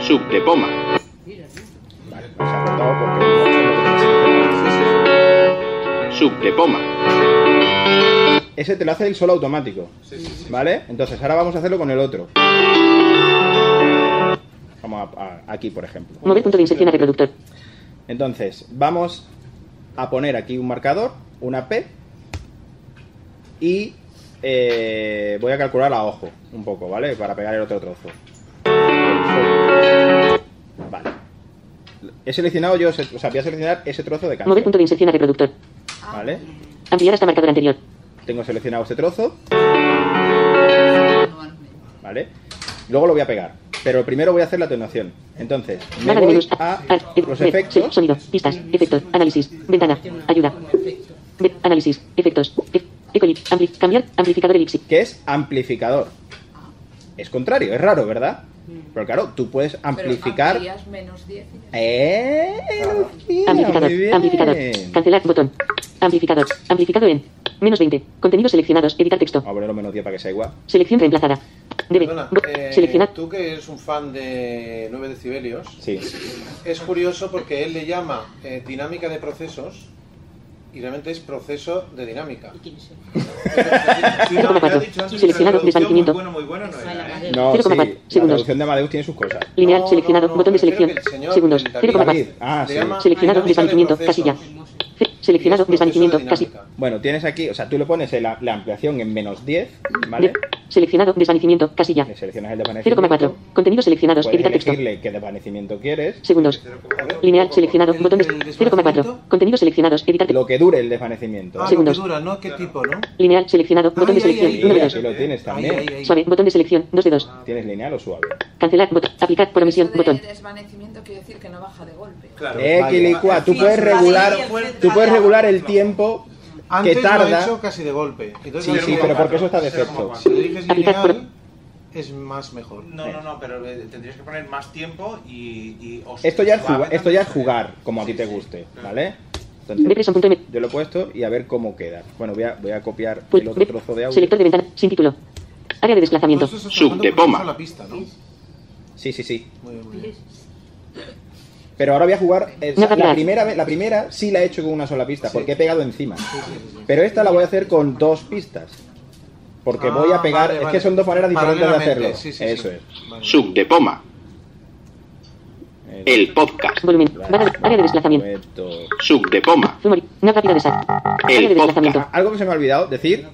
L: Sub de poma. Sub de poma.
C: Ese te lo hace el solo automático. ¿Vale? Entonces, ahora vamos a hacerlo con el otro. Vamos a- a- aquí, por ejemplo.
H: Mover punto de inserción a reproductor.
C: Entonces, vamos a poner aquí un marcador, una P, y eh, voy a calcular a ojo un poco, ¿vale? Para pegar el otro trozo. Vale. He seleccionado yo, ese- o sea, voy a seleccionar ese trozo de
H: Mover
C: canción,
H: punto de inserción a reproductor.
C: ¿vale?
H: Ampliar hasta marcador anterior.
C: Tengo seleccionado este trozo. ¿Vale? Luego lo voy a pegar. Pero primero voy a hacer la atenuación. Entonces, me
H: Barra de
C: voy
H: menús. Ah,
C: a
H: Ar- ed-
C: los
H: red,
C: efectos.
H: se- Sonido. Pistas. Efectos. Análisis. Ventana. Ayuda. Ve- análisis. Efectos. Ef- Ecolip. Ampli- cambiar. Amplificador elipsis.
C: que es amplificador. Es contrario, es raro, ¿verdad? Mm. Pero claro, tú puedes amplificar.
D: Amplías menos 10 y ya.
C: ¡Eh, Lucía!
H: Amplificador.
C: Muy bien.
H: Amplificador. Cancelar. Botón. Amplificador. Amplificado en. Menos 20. Contenidos seleccionados. Editar texto.
C: Vamos a ponerlo menos 10 para que sea igual.
H: Selección reemplazada. Debe.
N: Perdona, eh,
H: Seleccionar.
N: tú que eres un fan de 9 decibelios,
C: Sí.
N: es curioso porque él le llama eh, dinámica de procesos y realmente es proceso de dinámica.
H: Coma cuatro. Seleccionado. Desvanecimiento.
N: ¿eh?
C: No, sí,
H: 0,4
C: la
H: segundos.
C: traducción de Amadeus tiene sus cosas.
H: Lineal seleccionado, botón de selección, segundos,
C: David,
H: 0,4.
C: ah, sí.
H: Seleccionado, desvanecimiento, casilla. Se- Seleccionado, desvanecimiento, casilla.
C: Bueno, tienes aquí, o sea, tú le pones el- la ampliación en menos 10, ¿vale?
H: De- Seleccionado, desvanecimiento, casilla.
C: Seleccionas el desvanecimiento. Pues
H: 0,4. Contenidos seleccionados,
C: Puedes
H: editar texto.
C: elegirle qué desvanecimiento quieres.
H: Segundos. Lineal seleccionado, botón de 0,4. Contenidos seleccionados, editar texto.
C: Lo que dure el desvanecimiento.
N: Ah, lo que
H: Segundos.
N: dura, ¿no? ¿Qué tipo, no?
H: Lineal seleccionado, botón de
N: Ay, ay,
H: selección,
N: ay,
H: 1 de
N: ay,
H: 2.
C: Lo tienes también.
H: Suave, botón de selección, 2 de 2.
C: ¿Tienes lineal o suave?
H: Cancelar, botón, aplicar por omisión, botón.
D: Desvanecimiento quiere decir que no baja de golpe.
C: Claro,
N: vale.
C: tú puedes
N: Sí,
C: regular,
N: sí, el
C: tú puedes regular el tiempo
N: Antes
C: que
N: lo he
C: tarda.
N: hecho casi de golpe. Entonces,
C: Sí,
N: ahora
C: sí,
N: lo
C: pero
N: hago.
C: porque eso está defecto.
N: Si lo dices lineal, es más mejor.
I: No, no, no, pero eh, tendrías que poner más tiempo y. y os-
C: Esto ya es
I: suave
C: jugar, esto ya es jugar como a ti te guste, ¿vale?
H: Entonces,
C: yo lo he puesto y a ver cómo queda. Bueno, voy a, voy a copiar
H: Pul-
C: el otro
H: ve-
C: trozo de audio.
H: Selector de ventana, sin título. Área de desplazamiento.
N: Pues
C: Sub de poma. Sí, sí, sí. Pero ahora voy a jugar. eh,
H: No,
C: la,
H: claro.
C: primera, vez- la primera sí la he hecho con una sola pista, porque he pegado encima. Pero esta la voy a hacer con dos pistas. Porque
N: Ah,
C: voy a pegar.
N: vale,
C: es
N: vale.
C: que son dos maneras diferentes de
N: Paralelamente,
C: hacerlo.
N: sí, sí,
C: Eso
N: sí.
C: es.
L: Sub de poma. El podcast.
H: Volumen. Barra de- área de
C: pues.
H: desplazamiento.
L: Sub de poma.
H: Zoom hori- No rápida de sal. Área de
C: El
H: desplazamiento.
C: podcast. Algo que se me ha olvidado decir.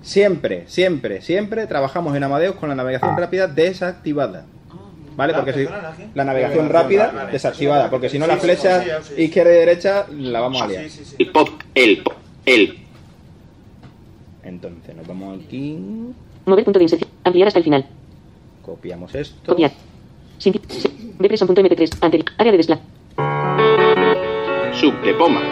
C: Siempre, siempre, siempre trabajamos en Amadeus con la navegación rápida desactivada. ¿Vale? Porque si, la navegación rápida desactivada. Porque si no, la flecha izquierda y derecha la vamos a liar.
L: El pod. El. po- El.
C: Entonces nos vamos aquí,
H: Mover punto de inserción. Ampliar hasta el final.
C: copiamos esto.
H: Copiar. Sin ti- se- Depresión.mp3. Anterior. Área de desplazamiento.
L: Sub de poma.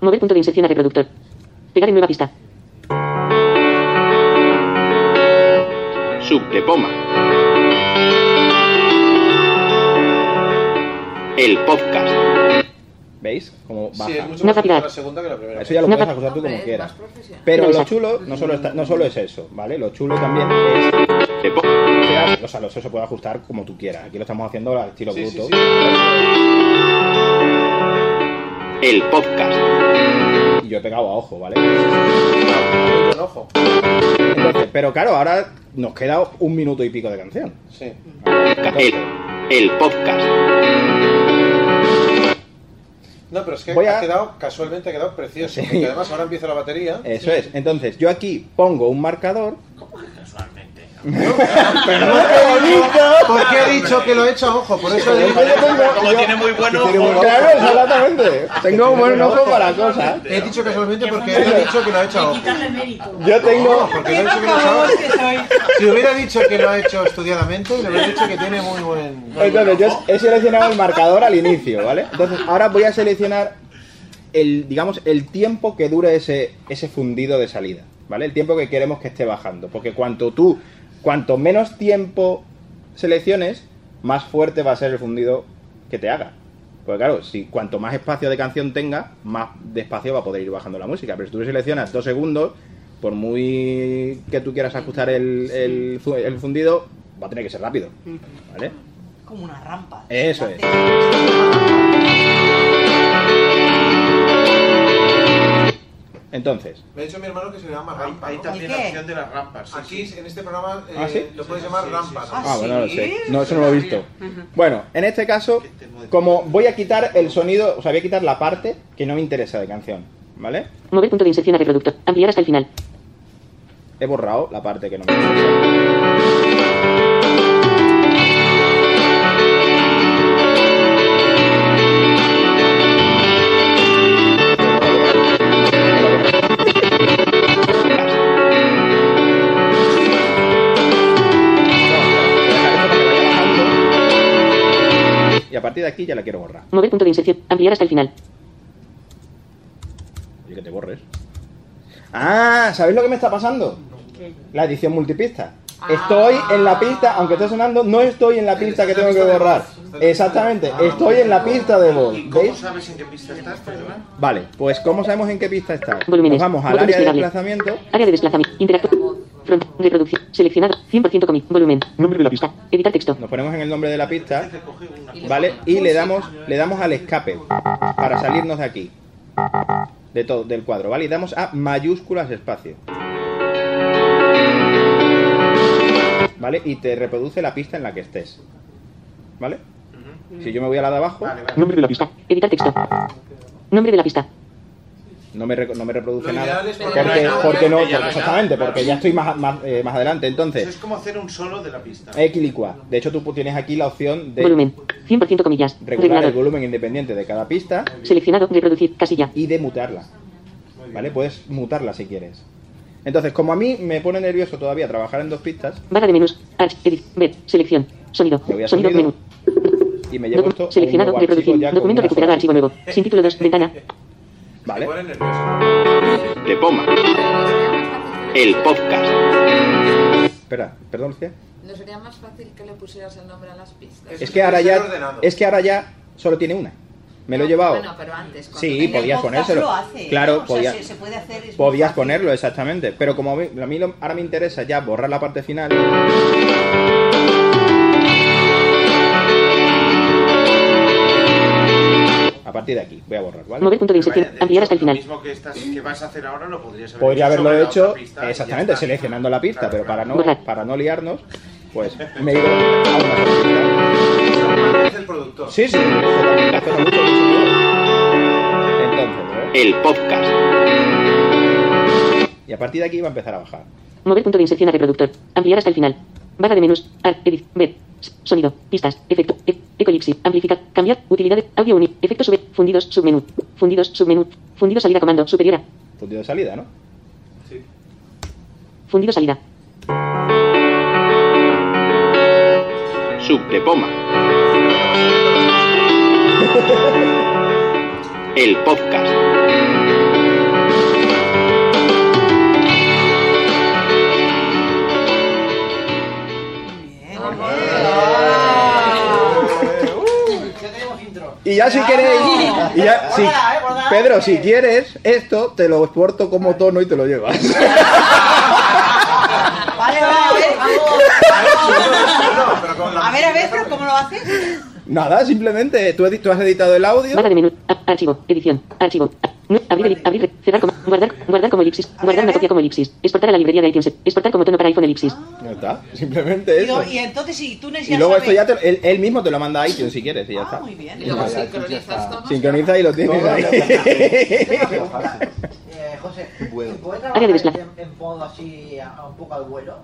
H: Mover punto de inserción a reproductor. Pegar en nueva pista.
L: Subdepoma. El podcast.
C: ¿Veis? Como baja.
I: Sí, es mucho más fácil la segunda que la primera.
C: Eso ya lo
I: Una
C: puedes
I: fa-
C: ajustar tú
I: Hombre,
C: como
I: es
C: quieras.
I: más profesional.
C: Pero lo
I: Exacto.
C: chulo no solo, está- no solo es eso, ¿vale? Lo chulo también es... O sea, lo- eso se puede ajustar como tú quieras. Aquí lo estamos haciendo al estilo bruto.
L: El podcast.
C: Y yo he pegado a ojo, ¿vale? Entonces, pero claro, ahora nos queda un minuto y pico de canción.
I: Sí.
L: El, el podcast.
I: No, pero es que
C: Voy a-
I: ha quedado, casualmente ha quedado precioso.
C: Sí.
I: Porque además ahora empieza la batería.
C: Eso es. Entonces, yo aquí pongo un marcador. [LAUGHS]
N: Porque he dicho que lo he hecho a ojo, por eso he dicho.
I: Como tiene muy pues buen ojo.
C: Claro, exactamente. Tengo un buen ojo para cosas.
N: He dicho casualmente porque he dicho que lo he hecho a ojo.
C: Yo tengo.
N: No, porque lo he dicho que lo he hecho a ojo. Si hubiera dicho que lo ha hecho estudiadamente, le hubiera dicho que tiene muy buen.
C: Entonces, yo he seleccionado el marcador al inicio, ¿vale? Entonces, ahora voy a seleccionar el, digamos, el tiempo que dure ese, ese fundido de salida, ¿vale? El tiempo que queremos que esté bajando. Porque cuanto tú, cuanto menos tiempo selecciones, más fuerte va a ser el fundido que te haga. Porque claro, si cuanto más espacio de canción tenga, más despacio va a poder ir bajando la música. Pero si tú seleccionas dos segundos, por muy que tú quieras ajustar el, el fu- el fundido, va a tener que ser rápido, ¿vale?
E: Como una rampa.
C: Eso es. Entonces,
N: Me ha dicho mi hermano que se le llama rampa. Hay
I: también la opción de las rampas.
N: Aquí en este programa eh,
C: ¿Ah, sí?
N: lo puedes llamar rampa. ¿no?
C: ah, bueno, no lo sé. No, eso no lo he visto. Bueno, en este caso, como voy a quitar el sonido, o sea, voy a quitar la parte que no me interesa de canción, ¿vale?
H: Mover punto de inserción a reproductor. Ampliar hasta el final.
C: He borrado la parte que no me interesa. Y a partir de aquí ya la quiero borrar.
H: Mover punto de inserción. Ampliar hasta el final.
C: Y que te borres. Ah, ¿sabéis lo que me está pasando? La edición multipista. Estoy en la pista, aunque esté sonando, no estoy en la pista que tengo que borrar. Exactamente, estoy en la pista de voz.
I: Ah, ¿Y cómo
C: ¿Veis?
I: sabes en qué pista estás, perdona?
C: Vale, pues ¿cómo sabemos en qué pista está? Nos
H: Volúmenes.
C: vamos al
H: Botón
C: área de
H: desplegable.
C: desplazamiento.
H: Área de desplazamiento. Interactuar. Front. Reproducción. Seleccionado. 100% comi. Volumen. Nombre de la pista. Editar texto.
C: Nos ponemos en el nombre de la pista, ¿vale? Y le damos, le damos al escape para salirnos de aquí. De todo, del cuadro, ¿vale? Y damos a mayúsculas espacio. ¿Vale? Y te reproduce la pista en la que estés. ¿Vale? Si yo me voy a la de abajo,
H: Nombre de la pista. Editar texto. Nombre de la pista.
C: no me, reco- no me reproduce
I: Lo
C: nada.
I: ideal es poner
C: Porque,
I: la nada,
C: porque no,
I: que ya
C: porque-
I: la
C: exactamente,
I: nada,
C: porque
I: claro.
C: ya estoy más, más, eh, más adelante.
I: Eso es
C: Entonces,
I: como hacer un solo de la pista.
C: equilicua. De hecho, tú tienes aquí la opción de
H: Volumen. 100% comillas.
C: regular el
H: Regulador.
C: volumen independiente de cada pista
H: Seleccionado. Reproducir. Casilla.
C: y de mutarla. ¿Vale? Puedes mutarla si quieres. Entonces, como a mí me pone nervioso todavía trabajar en dos pistas,
H: Barra de menús. Arch. Edit. Ver. Selección. Sonido.
C: voy a
H: Sonido.
C: sonido.
H: Menú.
C: y me llevo
H: Docu-
C: esto a un
H: seleccionado.
C: nuevo archivo
H: Reproducir.
C: ya con
H: Documento
C: una
H: recuperado.
C: sola-
H: Archivo nuevo. Sin título 2. Ventana.
C: ¿Vale?
L: De Poma. El podcast.
C: Espera, perdón, Lucía.
D: ¿No sería más fácil que le pusieras el nombre a las pistas?
C: Es que ahora ya es que ahora ya solo tiene una. Me lo he llevado.
D: Bueno, pero antes. cuando
C: Sí,
D: tenía
C: podías
D: podcast
C: ponérselo.
D: lo
F: ¿eh?
D: hace,
C: Claro,
D: ¿no? O sea,
C: podías.
D: se- se puede hacer, es muy
C: podías
D: fácil.
C: ponerlo exactamente, pero como a mí, a mí lo- ahora me interesa ya borrar la parte final. A partir de aquí, voy a borrar, ¿vale?
H: Mover punto de inserción. Ampliar hasta el
I: Lo
H: final.
I: mismo que, estás, que vas a hacer ahora lo podrías haber
C: Podría
I: hecho
C: haberlo
I: sobre la
C: hecho
I: otra pista y ya
C: exactamente
I: está.
C: seleccionando la pista, pero para
I: Borrar.
C: no para no liarnos,
I: [LAUGHS]
C: pues me he ido a una otra pista.
N: [LAUGHS]
C: Sí, sí. ¿eh?
L: El podcast.
C: Y a partir de aquí va a empezar a bajar.
H: Mover punto de inserción a reproductor. Ampliar hasta el final. Barra de menús. Ar, edit, ver. S- Sonido. Pistas. Efecto. E ecolipsis. Amplificar. Cambiar. Utilidades. Audio unir. Efectos sub. Fundidos. Submenú. Fundidos. Submenú. Fundido salida comando. Superior a.
C: Fundido de salida, ¿no?
H: Fundido salida.
L: Sub de Poma. El podcast.
F: Ah.
C: Y ya si queréis, y ya, si-
E: eh,
C: Pedro, si quieres esto, te lo exporto como tono y te lo
E: [LAUGHS]
C: llevas.
E: Vale, vale, vamos. A ver, a ver, pero ¿cómo lo haces?
C: Nada, simplemente tú, edi- tú has editado el audio.
H: Barra de menú. A- Archivo. Edición. Archivo. A- no, abrir, eli- abrir, cerrar como, guardar, guardar como elipsis, guardar una copia como elipsis, exportar a la librería de iTunes, exportar como tono para iPhone elipsis.
C: Ya está, simplemente eso.
E: Y entonces, si tú
C: Y luego esto ya te- él, él mismo te lo manda a iTunes si quieres y ya está.
E: Ah, bien.
C: Y ya está. Sincroniza y lo tienes
F: Todo
C: ahí.
F: lo que- Eh, José, ¿puedes trabajar
H: Área de desplaza-
F: en, en modo así, a- a un poco al vuelo?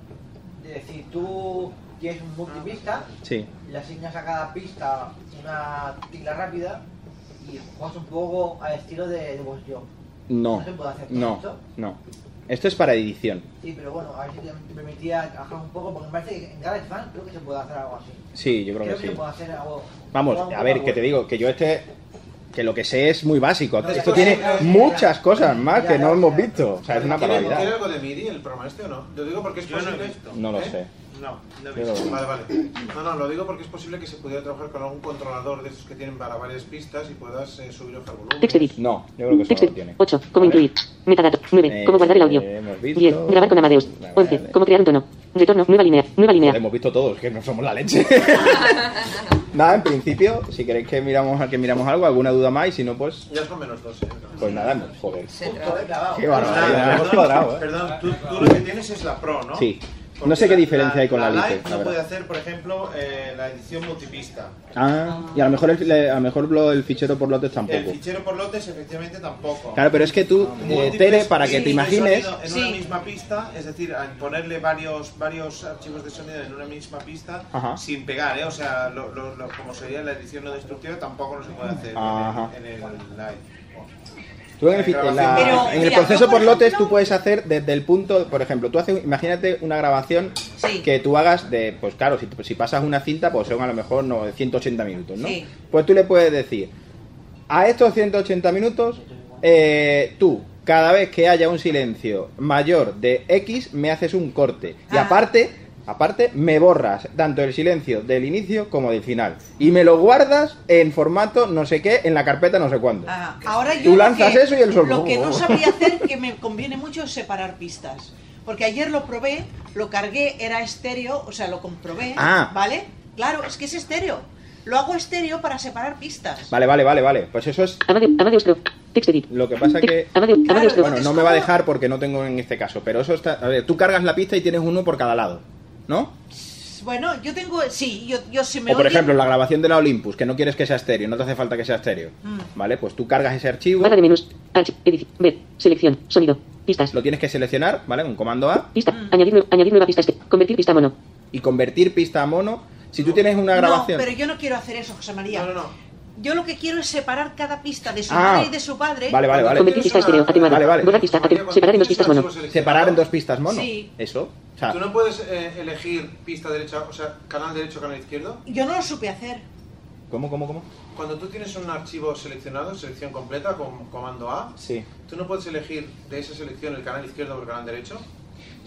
F: Es decir, tú tienes un multipista,
C: Sí.
F: le asignas a cada pista una tecla rápida y juegas un poco al estilo de, de Boss Job.
C: No,
F: No se puede hacer todo
C: no,
F: esto.
C: no. Esto es para edición.
F: Sí, pero bueno, a ver si te te permitía bajar un poco, porque me parece que en GarageBand creo que se puede hacer algo así.
C: Sí, yo creo que
F: que se
C: sí.
F: puede hacer algo.
C: Vamos,
F: algo
C: a ver,
F: algo
C: que te digo, que yo este, que lo que sé es muy básico.
N: No,
C: Esto
N: esto
C: tiene
N: sí, claro, sí,
C: muchas cosas más que no hemos visto. O sea, es una
N: ¿Tiene, tiene
C: barbaridad.
N: algo de MIDI el programa este o no? Lo digo porque es posible.
C: No lo
N: ¿Eh?
C: sé.
N: No, no he
C: Yo lo
N: visto.
C: veo.
N: Vale, vale. No, no, lo digo porque es posible que se pudiera trabajar con algún controlador de esos que tienen para varias pistas y puedas eh, subir el volumen.
H: Text edit.
C: No, yo creo que
H: Text
C: eso no lo
H: edit.
C: tiene. Eh,
H: 8. Cómo incluir. Metadato. 9. Cómo guardar el audio.
C: hemos visto.
H: 10. Grabar con Amadeus. 11. Cómo crear un tono. Retorno. Nueva línea. Nueva línea.
C: Lo hemos visto todos, que no somos la leche. [LAUGHS] nada, en principio, si queréis que miramos, que miramos algo, alguna duda más, y si no, pues,
N: Ya son menos dos. eh.
C: pues nada, hemos- joder. Qué
N: Nada,
C: barbaridad, hemos cuadrado, ¿eh?
N: Perdón, tú, tú lo que tienes es la Pro, ¿no?
C: Sí. No sé qué diferencia hay con la
N: La
C: Lite,
N: Lite
C: la
N: no puede
C: verdad.
N: hacer, por ejemplo, eh, la edición multipista.
C: Ah, y a lo mejor el, a lo mejor lo- el fichero por lotes
N: El
C: tampoco.
N: fichero por lotes, efectivamente, tampoco.
C: Claro, pero es que tú, eh,
N: Múltiples
C: Tere, para que te
N: pistas de
C: imagines-
N: sonido En una misma pista, es decir, al ponerle varios, varios archivos de sonido en una misma pista,
C: Ajá.
N: sin pegar, ¿eh? O sea, lo- lo- lo- como sería la edición no destructiva, tampoco lo se puede hacer en el-
C: Ajá.
N: en el, live.
C: Tú en el, fi- en la-
N: Pero,
C: en el
N: mira,
C: proceso
N: yo, por
C: por lotes tú puedes hacer desde el punto, por ejemplo, tú haces, imagínate una grabación que tú hagas de, pues claro, si, si pasas una cinta, pues son a lo mejor no, 180 minutos, ¿no?
E: Sí.
C: Pues tú le puedes decir, a estos 180 minutos, eh, tú, cada vez que haya un silencio mayor de X, me haces un corte. Y
N: Ah.
C: aparte, aparte, me borras tanto el silencio del inicio como del final. Y me lo guardas en formato no sé qué, en la carpeta no sé cuándo.
N: Ah.
E: Ajá. Ah, Ahora yo
C: Tú
E: lo
C: lanzas
E: que-
C: eso y el sol.
E: Lo que no sabría hacer, que me conviene mucho, es separar pistas. Porque ayer lo probé, lo cargué, era estéreo, o sea, lo comprobé,
C: Ah.
E: ¿vale? Claro, es que es estéreo. Lo hago estéreo para separar pistas.
C: Vale, vale, vale, vale. Pues eso es.
H: Amadeus Pro. Text edit.
C: Lo que pasa que.
H: Amadeus, Amadeus Pro.
C: Bueno, no me va a dejar porque no tengo en este caso. Pero eso está. A ver, tú cargas la pista y tienes uno por cada lado. ¿No?
E: Bueno, yo tengo, sí, yo, yo si me
C: O por
E: oyen-
C: ejemplo, la grabación de la Olympus, que no quieres que sea estéreo, no te hace falta que sea estéreo.
E: Mm.
C: ¿Vale? Pues tú cargas ese archivo.
H: Barra de menús. Archi- edit. Ver. Selección. Sonido. Pistas.
C: Lo tienes que seleccionar, ¿vale? Un comando A.
H: Pista. Añadir, nue- añadir nueva pista. este. Convertir pista a mono.
C: Y convertir pista a mono. Si tú tienes una grabación.
E: No, pero yo no quiero hacer eso, José María. Yo lo que quiero es separar cada pista de su
C: Ah.
E: madre y de su padre.
C: Vale, vale, vale.
H: Convertir pista estéreo. Atenuada.
C: Vale, vale.
H: Borrar pista. ate- Separar en dos pistas mono.
C: Separar en dos pistas mono.
E: Sí.
C: Eso. O sea,
N: ¿Tú no puedes eh, elegir pista derecha, o sea, canal derecho, canal izquierdo?
E: Yo no lo supe hacer.
C: ¿Cómo, cómo, cómo?
N: Cuando tú tienes un archivo seleccionado, selección completa, con comando A,
C: Sí.
N: ¿tú no puedes elegir de esa selección el canal izquierdo o el canal derecho?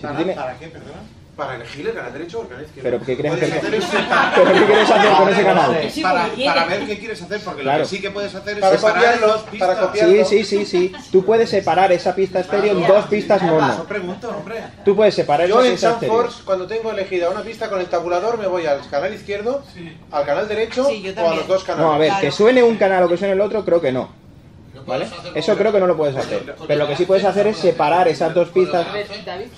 C: tú tienes-
N: qué, perdona? Para elegir el canal derecho o el canal izquierdo.
C: ¿Pero qué crees
N: Puedes
C: que-
N: hacer eso.
C: [LAUGHS] ¿Pero qué quieres hacer con ese canal?
N: Para-
C: Sí,
N: Para,
C: porque quiere.
N: para ver qué quieres hacer, porque
C: Claro.
N: lo que sí que puedes hacer es
C: Para
N: separar en
C: copiarlo,
N: dos pistas.
C: Sí, sí, sí, sí. [LAUGHS] Tú puedes separar esa pista estéreo
N: Ah,
C: en dos pistas
N: Yo
C: mono.
N: pregunto, hombre.
C: Tú puedes separar
N: Yo
C: esa
N: en
C: pista estéreo.
N: Sanfors, cuando tengo elegida una pista con el tabulador, me voy al canal izquierdo, al canal derecho o a los dos canales.
C: No, a ver, que suene un canal o que suene el otro, creo que no. ¿Vale? Eso creo que no lo puedes hacer. Pero lo que sí puedes hacer es separar esas dos pistas.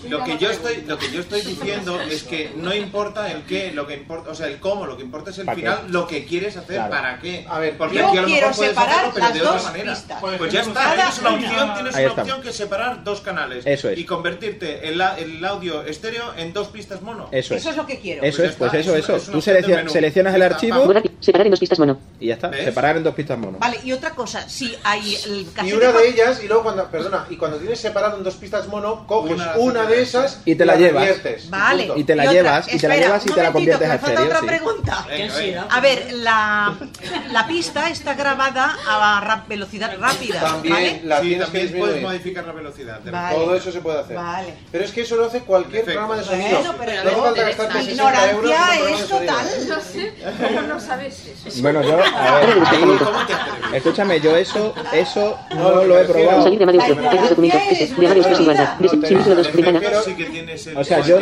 N: Lo que yo estoy,
D: [LAUGHS]
N: lo que yo estoy diciendo es que no importa el qué, lo que importa, o sea, el cómo, lo que importa es el
C: ¿Para qué?
N: final, lo que quieres hacer,
C: Claro.
N: para qué. A ver, porque
E: Yo
N: aquí a lo
E: quiero
N: mejor puedes
E: separar
N: hacerlo, pero
E: las
N: de otra
E: dos
N: manera.
E: pistas.
N: Pues ya está,
E: Cada
N: tienes una
E: una.
N: opción, tienes
C: Ahí
N: una
C: estamos.
N: opción que es separar dos canales
C: Eso es.
N: y convertirte el, la- el audio estéreo en dos pistas mono.
C: Eso es. Eso es lo
E: que quiero.
C: Eso es, pues eso, eso. Tú
N: opción del
C: seleccion-
N: menú.
C: seleccionas el archivo
H: Borrar pi- Separar en dos pistas mono.
C: y ya está. Separar en dos pistas mono.
E: Vale, y otra cosa, si hay el
N: Y
E: casete
N: una
E: con-
N: de ellas, y luego cuando, perdona, y cuando tienes separado en dos pistas mono, coges una, de esas
C: Y te la llevas.
N: reviertes,
E: Vale.
C: Y te la
E: otra,
C: llevas, y te la
E: espera,
C: llevas y
E: un
C: te la
E: momentito,
C: conviertes a
E: que me falta
C: estéreo,
E: otra
C: sí.
E: pregunta.
C: Venga, Qué ansiedad.
E: A ver, la, la pista está grabada a ra- velocidad rápida,
N: También
E: ¿vale?
N: la
I: Sí,
N: tienes
I: también
N: que
I: puedes
N: disminuir.
I: modificar la velocidad. de
E: Vale.
N: Todo eso se puede hacer.
E: Vale.
N: Pero es que eso lo hace cualquier programa de sonido.
E: Bueno, pero
N: no hace
E: luego
N: falta gastarte 60 euros en un
E: ignorancia
N: programa de
E: es
N: sonido,
E: total.
N: ¿eh?
D: No sé, ¿cómo no sabe es
C: [LAUGHS]
D: eso.
C: Bueno, yo. A ver, escúchame, yo eso, eso no, lo he probado.
H: Salir de Amadeus Pro. Tres documentos. Este. De Amadeus Pro sin guardar. Des- Sin uso de dos. Ventana.
C: O sea, yo.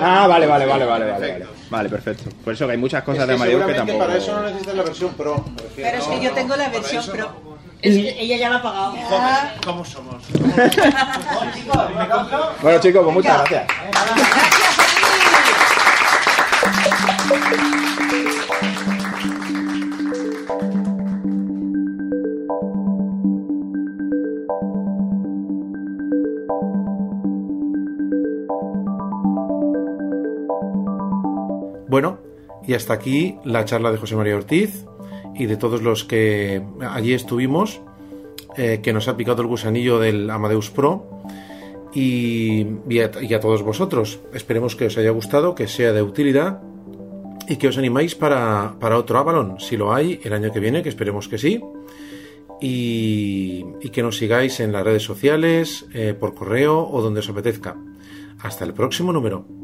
C: Ah, vale, vale, vale, vale, vale, vale. Vale, perfecto. Por eso que hay muchas cosas de Amadeus que
N: Seguramente
C: tampoco.
N: para eso no necesitas la versión Pro.
O: Pero es que yo tengo la versión pro.
N: Es
O: Ella ya la ha pagado.
N: ¿Cómo somos?
C: Bueno, chicos, pues muchas gracias.
B: Bueno, y hasta aquí la charla de José María Ortiz y de todos los que allí estuvimos, eh, que nos ha picado el gusanillo del Amadeus Pro y, y a, y a todos vosotros. Esperemos que os haya gustado, que sea de utilidad y que os animáis para, para otro Avalon, si lo hay, el año que viene, que esperemos que sí. Y, y que nos sigáis en las redes sociales, eh, por correo o donde os apetezca. Hasta el próximo número.